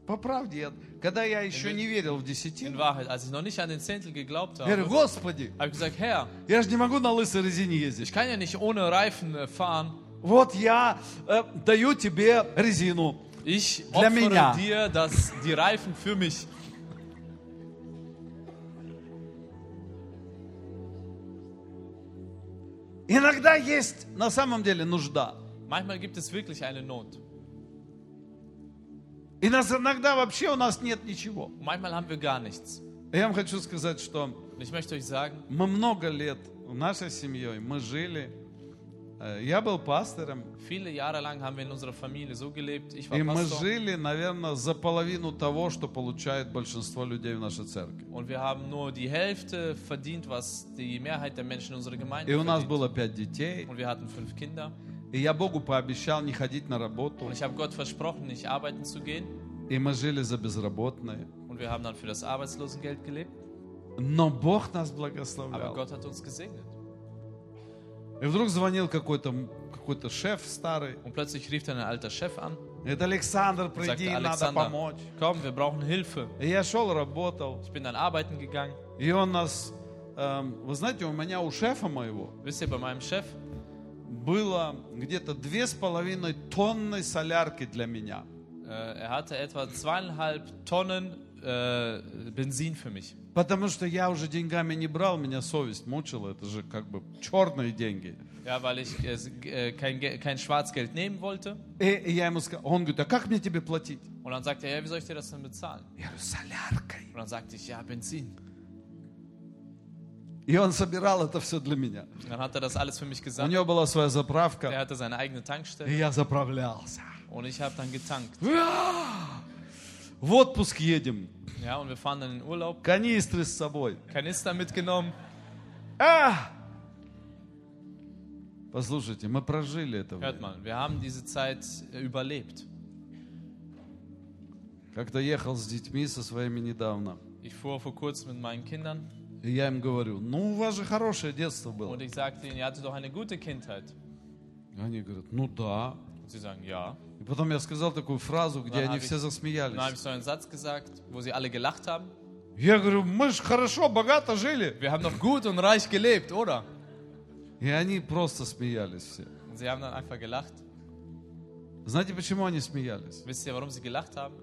[SPEAKER 1] По правде, я- когда я еще не верил в
[SPEAKER 3] In
[SPEAKER 1] десятину,
[SPEAKER 3] Wahrheit, als ich noch nicht an den Zehntel geglaubt
[SPEAKER 1] я говорю,
[SPEAKER 3] habe,
[SPEAKER 1] Господи,
[SPEAKER 3] habe ich gesagt, Herr,
[SPEAKER 1] я же не могу на лысой резине
[SPEAKER 3] ich
[SPEAKER 1] ездить.
[SPEAKER 3] kann ja nicht ohne Reifen äh, fahren.
[SPEAKER 1] Вот я э, dаю тебе резину.
[SPEAKER 3] Ich
[SPEAKER 1] Для меня.
[SPEAKER 3] opfere dir das, die Reifen für mich.
[SPEAKER 1] Иногда есть на самом деле нужда.
[SPEAKER 3] Manchmal gibt es wirklich eine Not.
[SPEAKER 1] И нас иногда вообще у нас нет ничего.
[SPEAKER 3] Und manchmal haben wir gar nichts.
[SPEAKER 1] Я вам хочу сказать, что
[SPEAKER 3] Und ich möchte euch sagen,
[SPEAKER 1] мы много лет нашей семьей, мы жили. э, Я был пастором,
[SPEAKER 3] viele Jahre lang haben wir in unserer Familie so gelebt. Ich war
[SPEAKER 1] и мы
[SPEAKER 3] Pastor.
[SPEAKER 1] жили, наверное, за половину того, что получает большинство людей в нашей церкви.
[SPEAKER 3] Und wir haben nur die Hälfte verdient, was die Mehrheit der Menschen in unserer Gemeinde
[SPEAKER 1] И у нас
[SPEAKER 3] verdient.
[SPEAKER 1] было пять детей,
[SPEAKER 3] Und wir hatten fünf Kinder.
[SPEAKER 1] и я Богу пообещал не ходить на работу,
[SPEAKER 3] Und ich habe Gott versprochen, nicht arbeiten zu gehen.
[SPEAKER 1] и мы жили за безработные.
[SPEAKER 3] Und wir haben dann für das Arbeitslosengeld gelebt.
[SPEAKER 1] Но Бог нас
[SPEAKER 3] Aber
[SPEAKER 1] благословлял.
[SPEAKER 3] Gott hat uns gesegnet.
[SPEAKER 1] И вдруг звонил какой-то м- какой-то шеф старый.
[SPEAKER 3] Und plötzlich rief dann ein alter Chef an
[SPEAKER 1] Это Александр,
[SPEAKER 3] und
[SPEAKER 1] приди,
[SPEAKER 3] sagte,
[SPEAKER 1] надо
[SPEAKER 3] Alexander,
[SPEAKER 1] помочь.
[SPEAKER 3] komm, wir brauchen Hilfe.
[SPEAKER 1] И я шел, работал.
[SPEAKER 3] Ich bin dann arbeiten gegangen.
[SPEAKER 1] И он нас... эм, вы знаете, у меня, у шефа моего,
[SPEAKER 3] Wisst ihr, bei meinem Chef
[SPEAKER 1] было где-то две с половиной тонны solярки для меня.
[SPEAKER 3] Äh, er hatte etwa zweieinhalb Tonnen äh, Benzin für mich.
[SPEAKER 1] Потому что я уже деньгами не брал, меня совесть мучила. Это же как бы черные деньги.
[SPEAKER 3] Ja, weil ich äh, äh, kein, Ge- kein Schwarzgeld nehmen wollte.
[SPEAKER 1] И, и я ему сказал, он говорит, а как мне тебе платить?
[SPEAKER 3] Und dann sagte er, ja, wie soll ich dir das denn bezahlen?
[SPEAKER 1] Я говорю, соляркой.
[SPEAKER 3] Und dann sagte ich, ja, Benzin.
[SPEAKER 1] И он собирал это все для меня.
[SPEAKER 3] Und dann hat er das alles für mich
[SPEAKER 1] У
[SPEAKER 3] gesagt.
[SPEAKER 1] него была своя
[SPEAKER 3] Er
[SPEAKER 1] заправка,
[SPEAKER 3] hatte seine eigene
[SPEAKER 1] и
[SPEAKER 3] Tankstelle
[SPEAKER 1] я заправлялся.
[SPEAKER 3] und ich habe dann getankt.
[SPEAKER 1] В отпуск едем,
[SPEAKER 3] Ja, und wir fahren dann in den Urlaub,
[SPEAKER 1] канистры с собой.
[SPEAKER 3] Kanister mitgenommen.
[SPEAKER 1] А! Послушайте, мы прожили это.
[SPEAKER 3] Hört
[SPEAKER 1] время.
[SPEAKER 3] mal, wir haben diese Zeit äh, überlebt.
[SPEAKER 1] Как-то ехал с детьми со своими недавно.
[SPEAKER 3] Ich fuhr vor kurzem mit meinen Kindern
[SPEAKER 1] И я им говорю, ну у вас же хорошее детство было.
[SPEAKER 3] und ich sagte ihnen, ihr hattet doch eine gute Kindheit.
[SPEAKER 1] Они говорят, ну да.
[SPEAKER 3] Und sie sagen, ja.
[SPEAKER 1] И потом я сказал такую фразу, где
[SPEAKER 3] Да,
[SPEAKER 1] они
[SPEAKER 3] а
[SPEAKER 1] все
[SPEAKER 3] ведь- Und dann habe
[SPEAKER 1] засмеялись.
[SPEAKER 3] ich so einen Satz gesagt, wo sie alle gelacht haben.
[SPEAKER 1] Я говорю, мы же хорошо, богато жили.
[SPEAKER 3] Wir haben doch gut und reich gelebt, oder?
[SPEAKER 1] И они просто смеялись все.
[SPEAKER 3] Und sie haben dann einfach gelacht.
[SPEAKER 1] Знаете, почему они смеялись?
[SPEAKER 3] Wisst ihr, warum sie gelacht haben?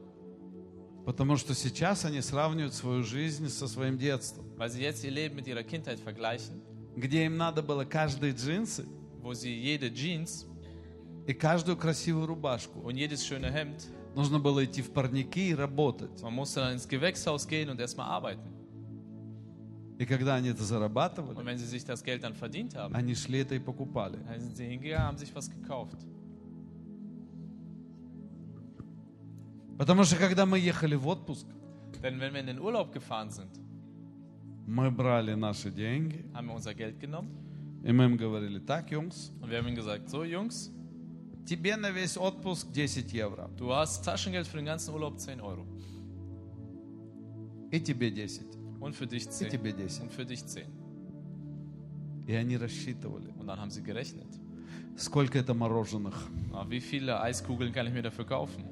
[SPEAKER 1] Потому что сейчас они сравнивают свою жизнь со своим детством,
[SPEAKER 3] Weil sie jetzt ihr Leben mit ihrer Kindheit vergleichen,
[SPEAKER 1] где им надо было каждые джинсы
[SPEAKER 3] wo sie jede Jeans
[SPEAKER 1] и каждую красивую рубашку.
[SPEAKER 3] und jedes schöne Hemd,
[SPEAKER 1] Нужно было идти в парники и работать.
[SPEAKER 3] man musste dann ins Gewächshaus gehen und erstmal arbeiten.
[SPEAKER 1] И когда они это
[SPEAKER 3] Und
[SPEAKER 1] зарабатывали,
[SPEAKER 3] wenn sie sich das Geld dann verdient haben,
[SPEAKER 1] они шли это и покупали.
[SPEAKER 3] dann sind sie hingegangen, haben sich was gekauft.
[SPEAKER 1] Потому что когда мы ехали в отпуск,
[SPEAKER 3] Denn wenn wir in den Urlaub gefahren sind,
[SPEAKER 1] мы брали наши деньги,
[SPEAKER 3] haben wir unser Geld genommen
[SPEAKER 1] И мы им говорили, так, Юнкс,
[SPEAKER 3] und wir haben ihnen gesagt, so Jungs,
[SPEAKER 1] тебе на весь отпуск 10 евро.
[SPEAKER 3] du hast Taschengeld für den ganzen Urlaub 10 Euro.
[SPEAKER 1] И тебе 10.
[SPEAKER 3] Und für dich
[SPEAKER 1] И
[SPEAKER 3] 10.
[SPEAKER 1] тебе 10.
[SPEAKER 3] Und für dich 10.
[SPEAKER 1] И они рассчитывали,
[SPEAKER 3] Und dann haben sie gerechnet.
[SPEAKER 1] сколько это мороженых,
[SPEAKER 3] Ah, wie viele Eiskugeln kann ich mir dafür kaufen?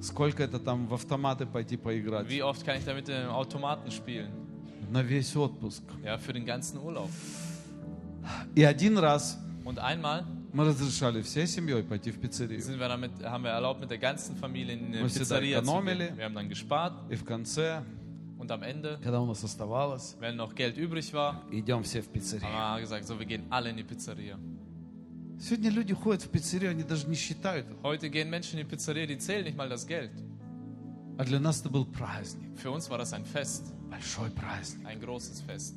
[SPEAKER 1] сколько это там в автоматы пойти поиграть.
[SPEAKER 3] Wie oft kann ich damit im Automaten spielen?
[SPEAKER 1] На весь отпуск.
[SPEAKER 3] Ja, für den ganzen Urlaub.
[SPEAKER 1] И один раз
[SPEAKER 3] Und einmal
[SPEAKER 1] мы разрешали всей семьей пойти в пиццерию.
[SPEAKER 3] sind wir damit, haben wir erlaubt, mit der ganzen Familie in eine
[SPEAKER 1] Was ist
[SPEAKER 3] Pizzeria
[SPEAKER 1] da
[SPEAKER 3] zu
[SPEAKER 1] Economile?
[SPEAKER 3] gehen. Wir haben dann gespart
[SPEAKER 1] И в конце,
[SPEAKER 3] und am Ende,
[SPEAKER 1] когда у нас оставалось,
[SPEAKER 3] wenn noch Geld übrig war,
[SPEAKER 1] идем все в
[SPEAKER 3] haben
[SPEAKER 1] пиццерию.
[SPEAKER 3] wir gesagt, so, wir gehen alle in die Pizzeria.
[SPEAKER 1] Сегодня люди ходят в пиццерию, они даже не считают. это.
[SPEAKER 3] Heute gehen Menschen in die Pizzeria, die zählen nicht mal das Geld.
[SPEAKER 1] А для нас это был праздник,
[SPEAKER 3] Für uns war das ein Fest,
[SPEAKER 1] большой праздник.
[SPEAKER 3] ein großes Fest.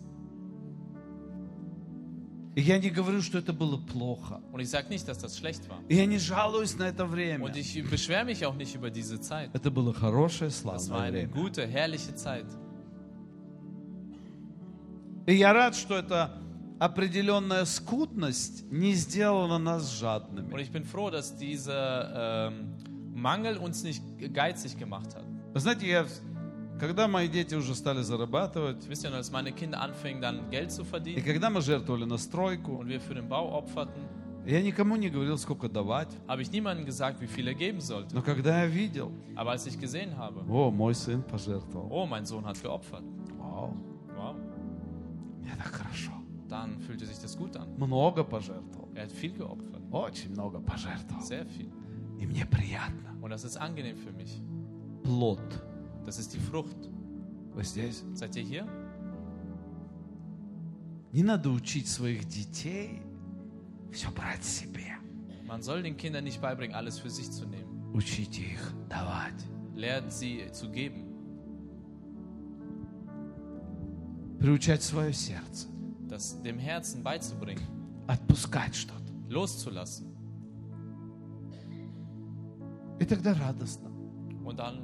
[SPEAKER 1] И я не говорю, что это было плохо.
[SPEAKER 3] Und ich sage nicht, dass das schlecht war.
[SPEAKER 1] И я не жалуюсь на это время.
[SPEAKER 3] Und ich beschwere mich auch nicht über diese Zeit.
[SPEAKER 1] Это было хорошее,
[SPEAKER 3] Das war
[SPEAKER 1] славное
[SPEAKER 3] eine
[SPEAKER 1] время.
[SPEAKER 3] gute, herrliche Zeit.
[SPEAKER 1] И я рад, что эта определенная скудность не сделала нас
[SPEAKER 3] Und
[SPEAKER 1] жадными.
[SPEAKER 3] ich bin froh, dass dieser ähm, Mangel uns nicht geizig gemacht hat.
[SPEAKER 1] Вы Знаете, я, в- когда мои дети уже стали зарабатывать,
[SPEAKER 3] Wisst ihr, noch, als meine Kinder anfingen, dann Geld zu
[SPEAKER 1] и
[SPEAKER 3] verdienen
[SPEAKER 1] когда мы жертвовали на стройку,
[SPEAKER 3] und wir für den Bau opferten,
[SPEAKER 1] я никому не говорил, сколько давать.
[SPEAKER 3] habe ich niemandem gesagt, wie viel er geben sollte.
[SPEAKER 1] Но когда я видел,
[SPEAKER 3] Aber als ich gesehen habe,
[SPEAKER 1] о, мой сын пожертвовал.
[SPEAKER 3] oh, mein Sohn hat geopfert,
[SPEAKER 1] Вау,
[SPEAKER 3] wow,
[SPEAKER 1] мне так хорошо.
[SPEAKER 3] dann fühlte sich das gut an.
[SPEAKER 1] Много пожертвовал.
[SPEAKER 3] Er hat viel geopfert,
[SPEAKER 1] Очень много пожертвовал.
[SPEAKER 3] sehr viel.
[SPEAKER 1] И мне приятно.
[SPEAKER 3] Und das ist angenehm für mich.
[SPEAKER 1] Плод.
[SPEAKER 3] Das ist die Frucht.
[SPEAKER 1] Вы здесь?
[SPEAKER 3] Seid ihr hier?
[SPEAKER 1] Не надо учить своих детей все брать себе.
[SPEAKER 3] Man soll den Kindern nicht beibringen, alles für sich zu nehmen.
[SPEAKER 1] Учите их давать.
[SPEAKER 3] Lehrt sie zu geben,
[SPEAKER 1] Приучать свое сердце.
[SPEAKER 3] das dem Herzen beizubringen,
[SPEAKER 1] Отпускать что-то.
[SPEAKER 3] loszulassen.
[SPEAKER 1] И тогда радостно.
[SPEAKER 3] Und dann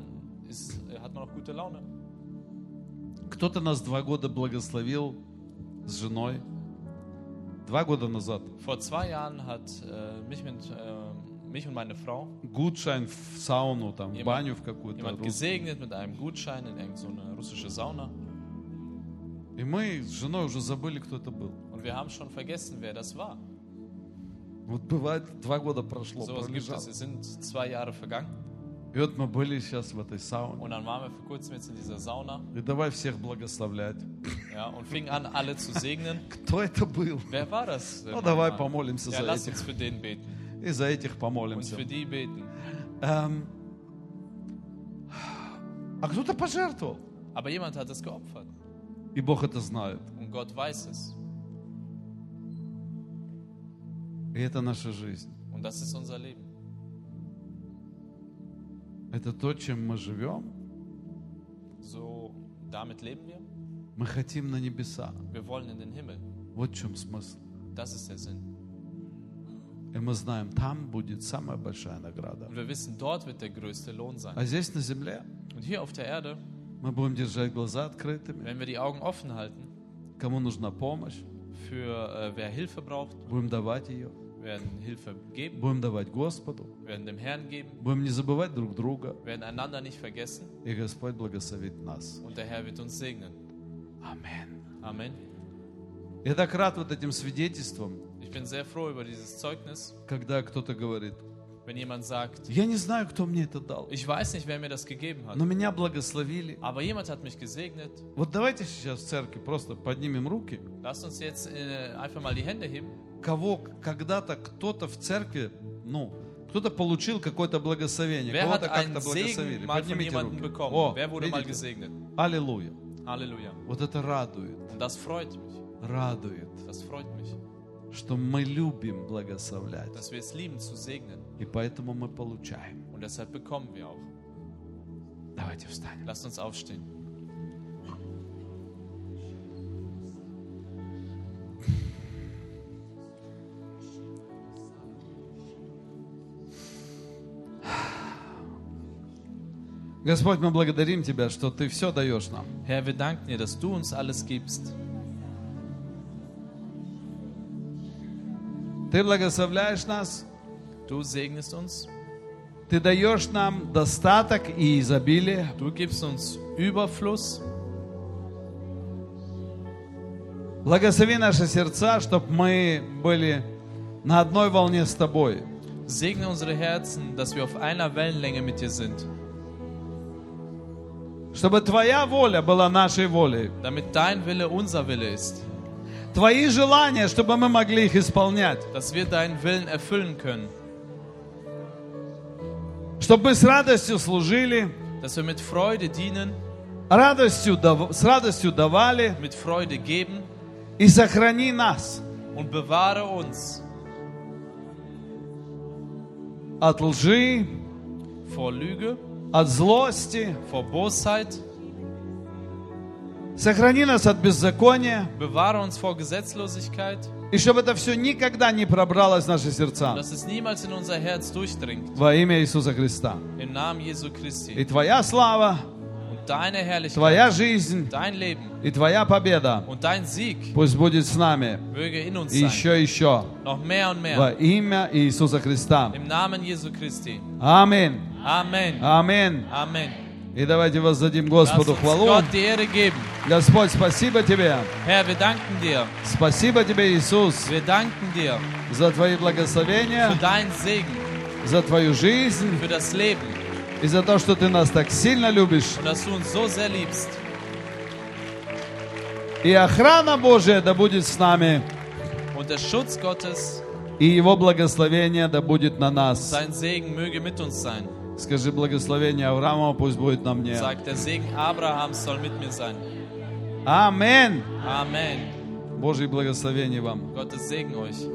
[SPEAKER 3] ist, hat man auch gute Laune.
[SPEAKER 1] Кто-то нас два года благословил с женой. Два года назад.
[SPEAKER 3] Vor zwei Jahren hat äh, mich, mit, äh, mich und meine Frau
[SPEAKER 1] Гудшайн в сауну, там, в
[SPEAKER 3] Ему-
[SPEAKER 1] баню в какую-то.
[SPEAKER 3] jemand
[SPEAKER 1] русскую.
[SPEAKER 3] gesegnet mit einem Gutschein in irgendeine so eine russische Sauna.
[SPEAKER 1] И мы с женой уже забыли, кто это был.
[SPEAKER 3] Und wir haben schon vergessen, wer das war.
[SPEAKER 1] Вот бывает, два года прошло,
[SPEAKER 3] Sowas gibt
[SPEAKER 1] пролежало.
[SPEAKER 3] es. Es sind zwei Jahre vergangen.
[SPEAKER 1] И вот мы были сейчас в этой сауне.
[SPEAKER 3] Und dann waren wir vor kurzem jetzt in dieser Sauna
[SPEAKER 1] И давай всех благословлять.
[SPEAKER 3] ja, und fingen an, alle zu segnen.
[SPEAKER 1] Кто это был?
[SPEAKER 3] Wer war das? äh,
[SPEAKER 1] Ну
[SPEAKER 3] mein
[SPEAKER 1] давай
[SPEAKER 3] Mann?
[SPEAKER 1] помолимся
[SPEAKER 3] Ja,
[SPEAKER 1] за
[SPEAKER 3] lass
[SPEAKER 1] этих.
[SPEAKER 3] uns für den beten.
[SPEAKER 1] И за этих
[SPEAKER 3] Uns
[SPEAKER 1] помолимся.
[SPEAKER 3] für die beten.
[SPEAKER 1] Эм, А кто-то пожертвовал.
[SPEAKER 3] Aber jemand hat es geopfert.
[SPEAKER 1] И Бог это знает.
[SPEAKER 3] Und Gott weiß es.
[SPEAKER 1] И это наша жизнь.
[SPEAKER 3] Und das ist unser Leben.
[SPEAKER 1] Это то, чем мы живем.
[SPEAKER 3] So, damit leben wir.
[SPEAKER 1] Мы хотим на небеса.
[SPEAKER 3] Wir wollen in den Himmel.
[SPEAKER 1] Вот в чем смысл.
[SPEAKER 3] Das ist der Sinn.
[SPEAKER 1] И мы знаем, там будет самая большая награда.
[SPEAKER 3] Und wir wissen, dort wird der größte Lohn sein.
[SPEAKER 1] А здесь, на земле,
[SPEAKER 3] Und hier auf der Erde,
[SPEAKER 1] мы будем держать глаза открытыми.
[SPEAKER 3] wenn wir die Augen offen halten
[SPEAKER 1] Кому нужна помощь,
[SPEAKER 3] für äh, wer Hilfe braucht,
[SPEAKER 1] будем давать ее.
[SPEAKER 3] werden Hilfe geben,
[SPEAKER 1] Будем давать Господу.
[SPEAKER 3] werden dem Herrn geben,
[SPEAKER 1] Будем не забывать друг друга.
[SPEAKER 3] werden einander nicht vergessen
[SPEAKER 1] И Господь благословит нас.
[SPEAKER 3] und der Herr wird uns segnen.
[SPEAKER 1] Аминь.
[SPEAKER 3] Amen.
[SPEAKER 1] Я так рад вот этим свидетельством,
[SPEAKER 3] Ich bin sehr froh über dieses Zeugnis,
[SPEAKER 1] когда кто-то говорит,
[SPEAKER 3] wenn jemand sagt,
[SPEAKER 1] я не знаю, кто мне это дал,
[SPEAKER 3] ich weiß nicht, wer mir das gegeben hat,
[SPEAKER 1] но меня благословили.
[SPEAKER 3] aber jemand hat mich gesegnet.
[SPEAKER 1] Вот давайте сейчас в церкви просто поднимем руки.
[SPEAKER 3] Lasst uns jetzt äh, einfach mal die Hände heben,
[SPEAKER 1] Кого когда-то кто-то в церкви, ну, кто-то получил какое-то благословение,
[SPEAKER 3] Wer hat
[SPEAKER 1] кого-то
[SPEAKER 3] einen
[SPEAKER 1] как-то
[SPEAKER 3] Segen
[SPEAKER 1] благословили.
[SPEAKER 3] mal von
[SPEAKER 1] Поднимите
[SPEAKER 3] jemandem
[SPEAKER 1] руки.
[SPEAKER 3] bekommen?
[SPEAKER 1] О,
[SPEAKER 3] Wer wurde mal
[SPEAKER 1] видите?
[SPEAKER 3] gesegnet?
[SPEAKER 1] Аллилуйя.
[SPEAKER 3] Halleluja.
[SPEAKER 1] Вот это радует,
[SPEAKER 3] Und das freut mich.
[SPEAKER 1] радует,
[SPEAKER 3] Das freut mich,
[SPEAKER 1] что мы любим благословлять.
[SPEAKER 3] dass wir es lieben zu segnen.
[SPEAKER 1] И поэтому мы получаем.
[SPEAKER 3] Und deshalb bekommen wir auch.
[SPEAKER 1] Давайте встанем.
[SPEAKER 3] Lasst uns aufstehen.
[SPEAKER 1] Господь, мы благодарим Тебя, что Ты все даешь нам.
[SPEAKER 3] Herr, wir danken dir, dass du uns alles gibst.
[SPEAKER 1] Ты благословляешь нас,
[SPEAKER 3] Du segnest uns.
[SPEAKER 1] Ты даешь нам достаток и изобилие.
[SPEAKER 3] Du gibst uns Überfluss.
[SPEAKER 1] Благослови наши сердца, чтобы мы были на одной волне с Тобой.
[SPEAKER 3] Segne unsere Herzen, dass wir auf einer Wellenlänge mit dir sind.
[SPEAKER 1] Чтобы Твоя воля была нашей волей.
[SPEAKER 3] Damit dein Wille unser Wille ist.
[SPEAKER 1] Твои желания, чтобы мы могли их исполнять.
[SPEAKER 3] Dass wir deinen Willen erfüllen können.
[SPEAKER 1] Чтобы мы с радостью служили,
[SPEAKER 3] Dass wir mit Freude dienen,
[SPEAKER 1] радостью дав- с радостью давали.
[SPEAKER 3] mit Freude geben
[SPEAKER 1] И сохрани нас
[SPEAKER 3] und bewahre uns
[SPEAKER 1] от лжи,
[SPEAKER 3] vor Lüge,
[SPEAKER 1] от злости.
[SPEAKER 3] vor Bosheit.
[SPEAKER 1] Сохрани нас от беззакония.
[SPEAKER 3] Bewahre uns vor Gesetzlosigkeit.
[SPEAKER 1] И чтобы это все никогда не пробралось в наши сердца.
[SPEAKER 3] dass es niemals in unser Herz durchdringt.
[SPEAKER 1] Во имя Иисуса Христа.
[SPEAKER 3] Im Namen Jesu
[SPEAKER 1] И
[SPEAKER 3] Christi.
[SPEAKER 1] твоя слава,
[SPEAKER 3] Und deine Herrlichkeit,
[SPEAKER 1] твоя жизнь
[SPEAKER 3] dein Leben
[SPEAKER 1] и твоя победа
[SPEAKER 3] und dein Sieg
[SPEAKER 1] пусть будет с нами.
[SPEAKER 3] möge in uns
[SPEAKER 1] И
[SPEAKER 3] sein.
[SPEAKER 1] еще, и еще.
[SPEAKER 3] Noch mehr und
[SPEAKER 1] Во
[SPEAKER 3] mehr.
[SPEAKER 1] имя Иисуса Христа.
[SPEAKER 3] Im Namen Jesu Christi.
[SPEAKER 1] Аминь.
[SPEAKER 3] Amen.
[SPEAKER 1] Аминь.
[SPEAKER 3] Amen.
[SPEAKER 1] И давайте воздадим
[SPEAKER 3] Lass
[SPEAKER 1] Господу
[SPEAKER 3] uns
[SPEAKER 1] хвалу.
[SPEAKER 3] Gott die Ehre geben.
[SPEAKER 1] Господь, спасибо Тебе.
[SPEAKER 3] Herr, wir danken dir.
[SPEAKER 1] Спасибо Тебе, Иисус,
[SPEAKER 3] Wir danken dir
[SPEAKER 1] за Твои
[SPEAKER 3] für
[SPEAKER 1] благословения,
[SPEAKER 3] deinen Segen,
[SPEAKER 1] за Твою жизнь
[SPEAKER 3] für das Leben
[SPEAKER 1] и за то, что Ты нас так сильно любишь.
[SPEAKER 3] und dass du uns so sehr liebst.
[SPEAKER 1] И охрана Божия да будет с нами,
[SPEAKER 3] Und der Schutz Gottes,
[SPEAKER 1] и Его благословение да будет на нас.
[SPEAKER 3] sein Segen möge mit uns sein.
[SPEAKER 1] Скажи благословение Авраама, пусть будет на мне.
[SPEAKER 3] Sagt, der Segen Abrahams soll mit mir sein.
[SPEAKER 1] Аминь.
[SPEAKER 3] Amen.
[SPEAKER 1] Божье благословение вам.
[SPEAKER 3] Gottes Segen euch.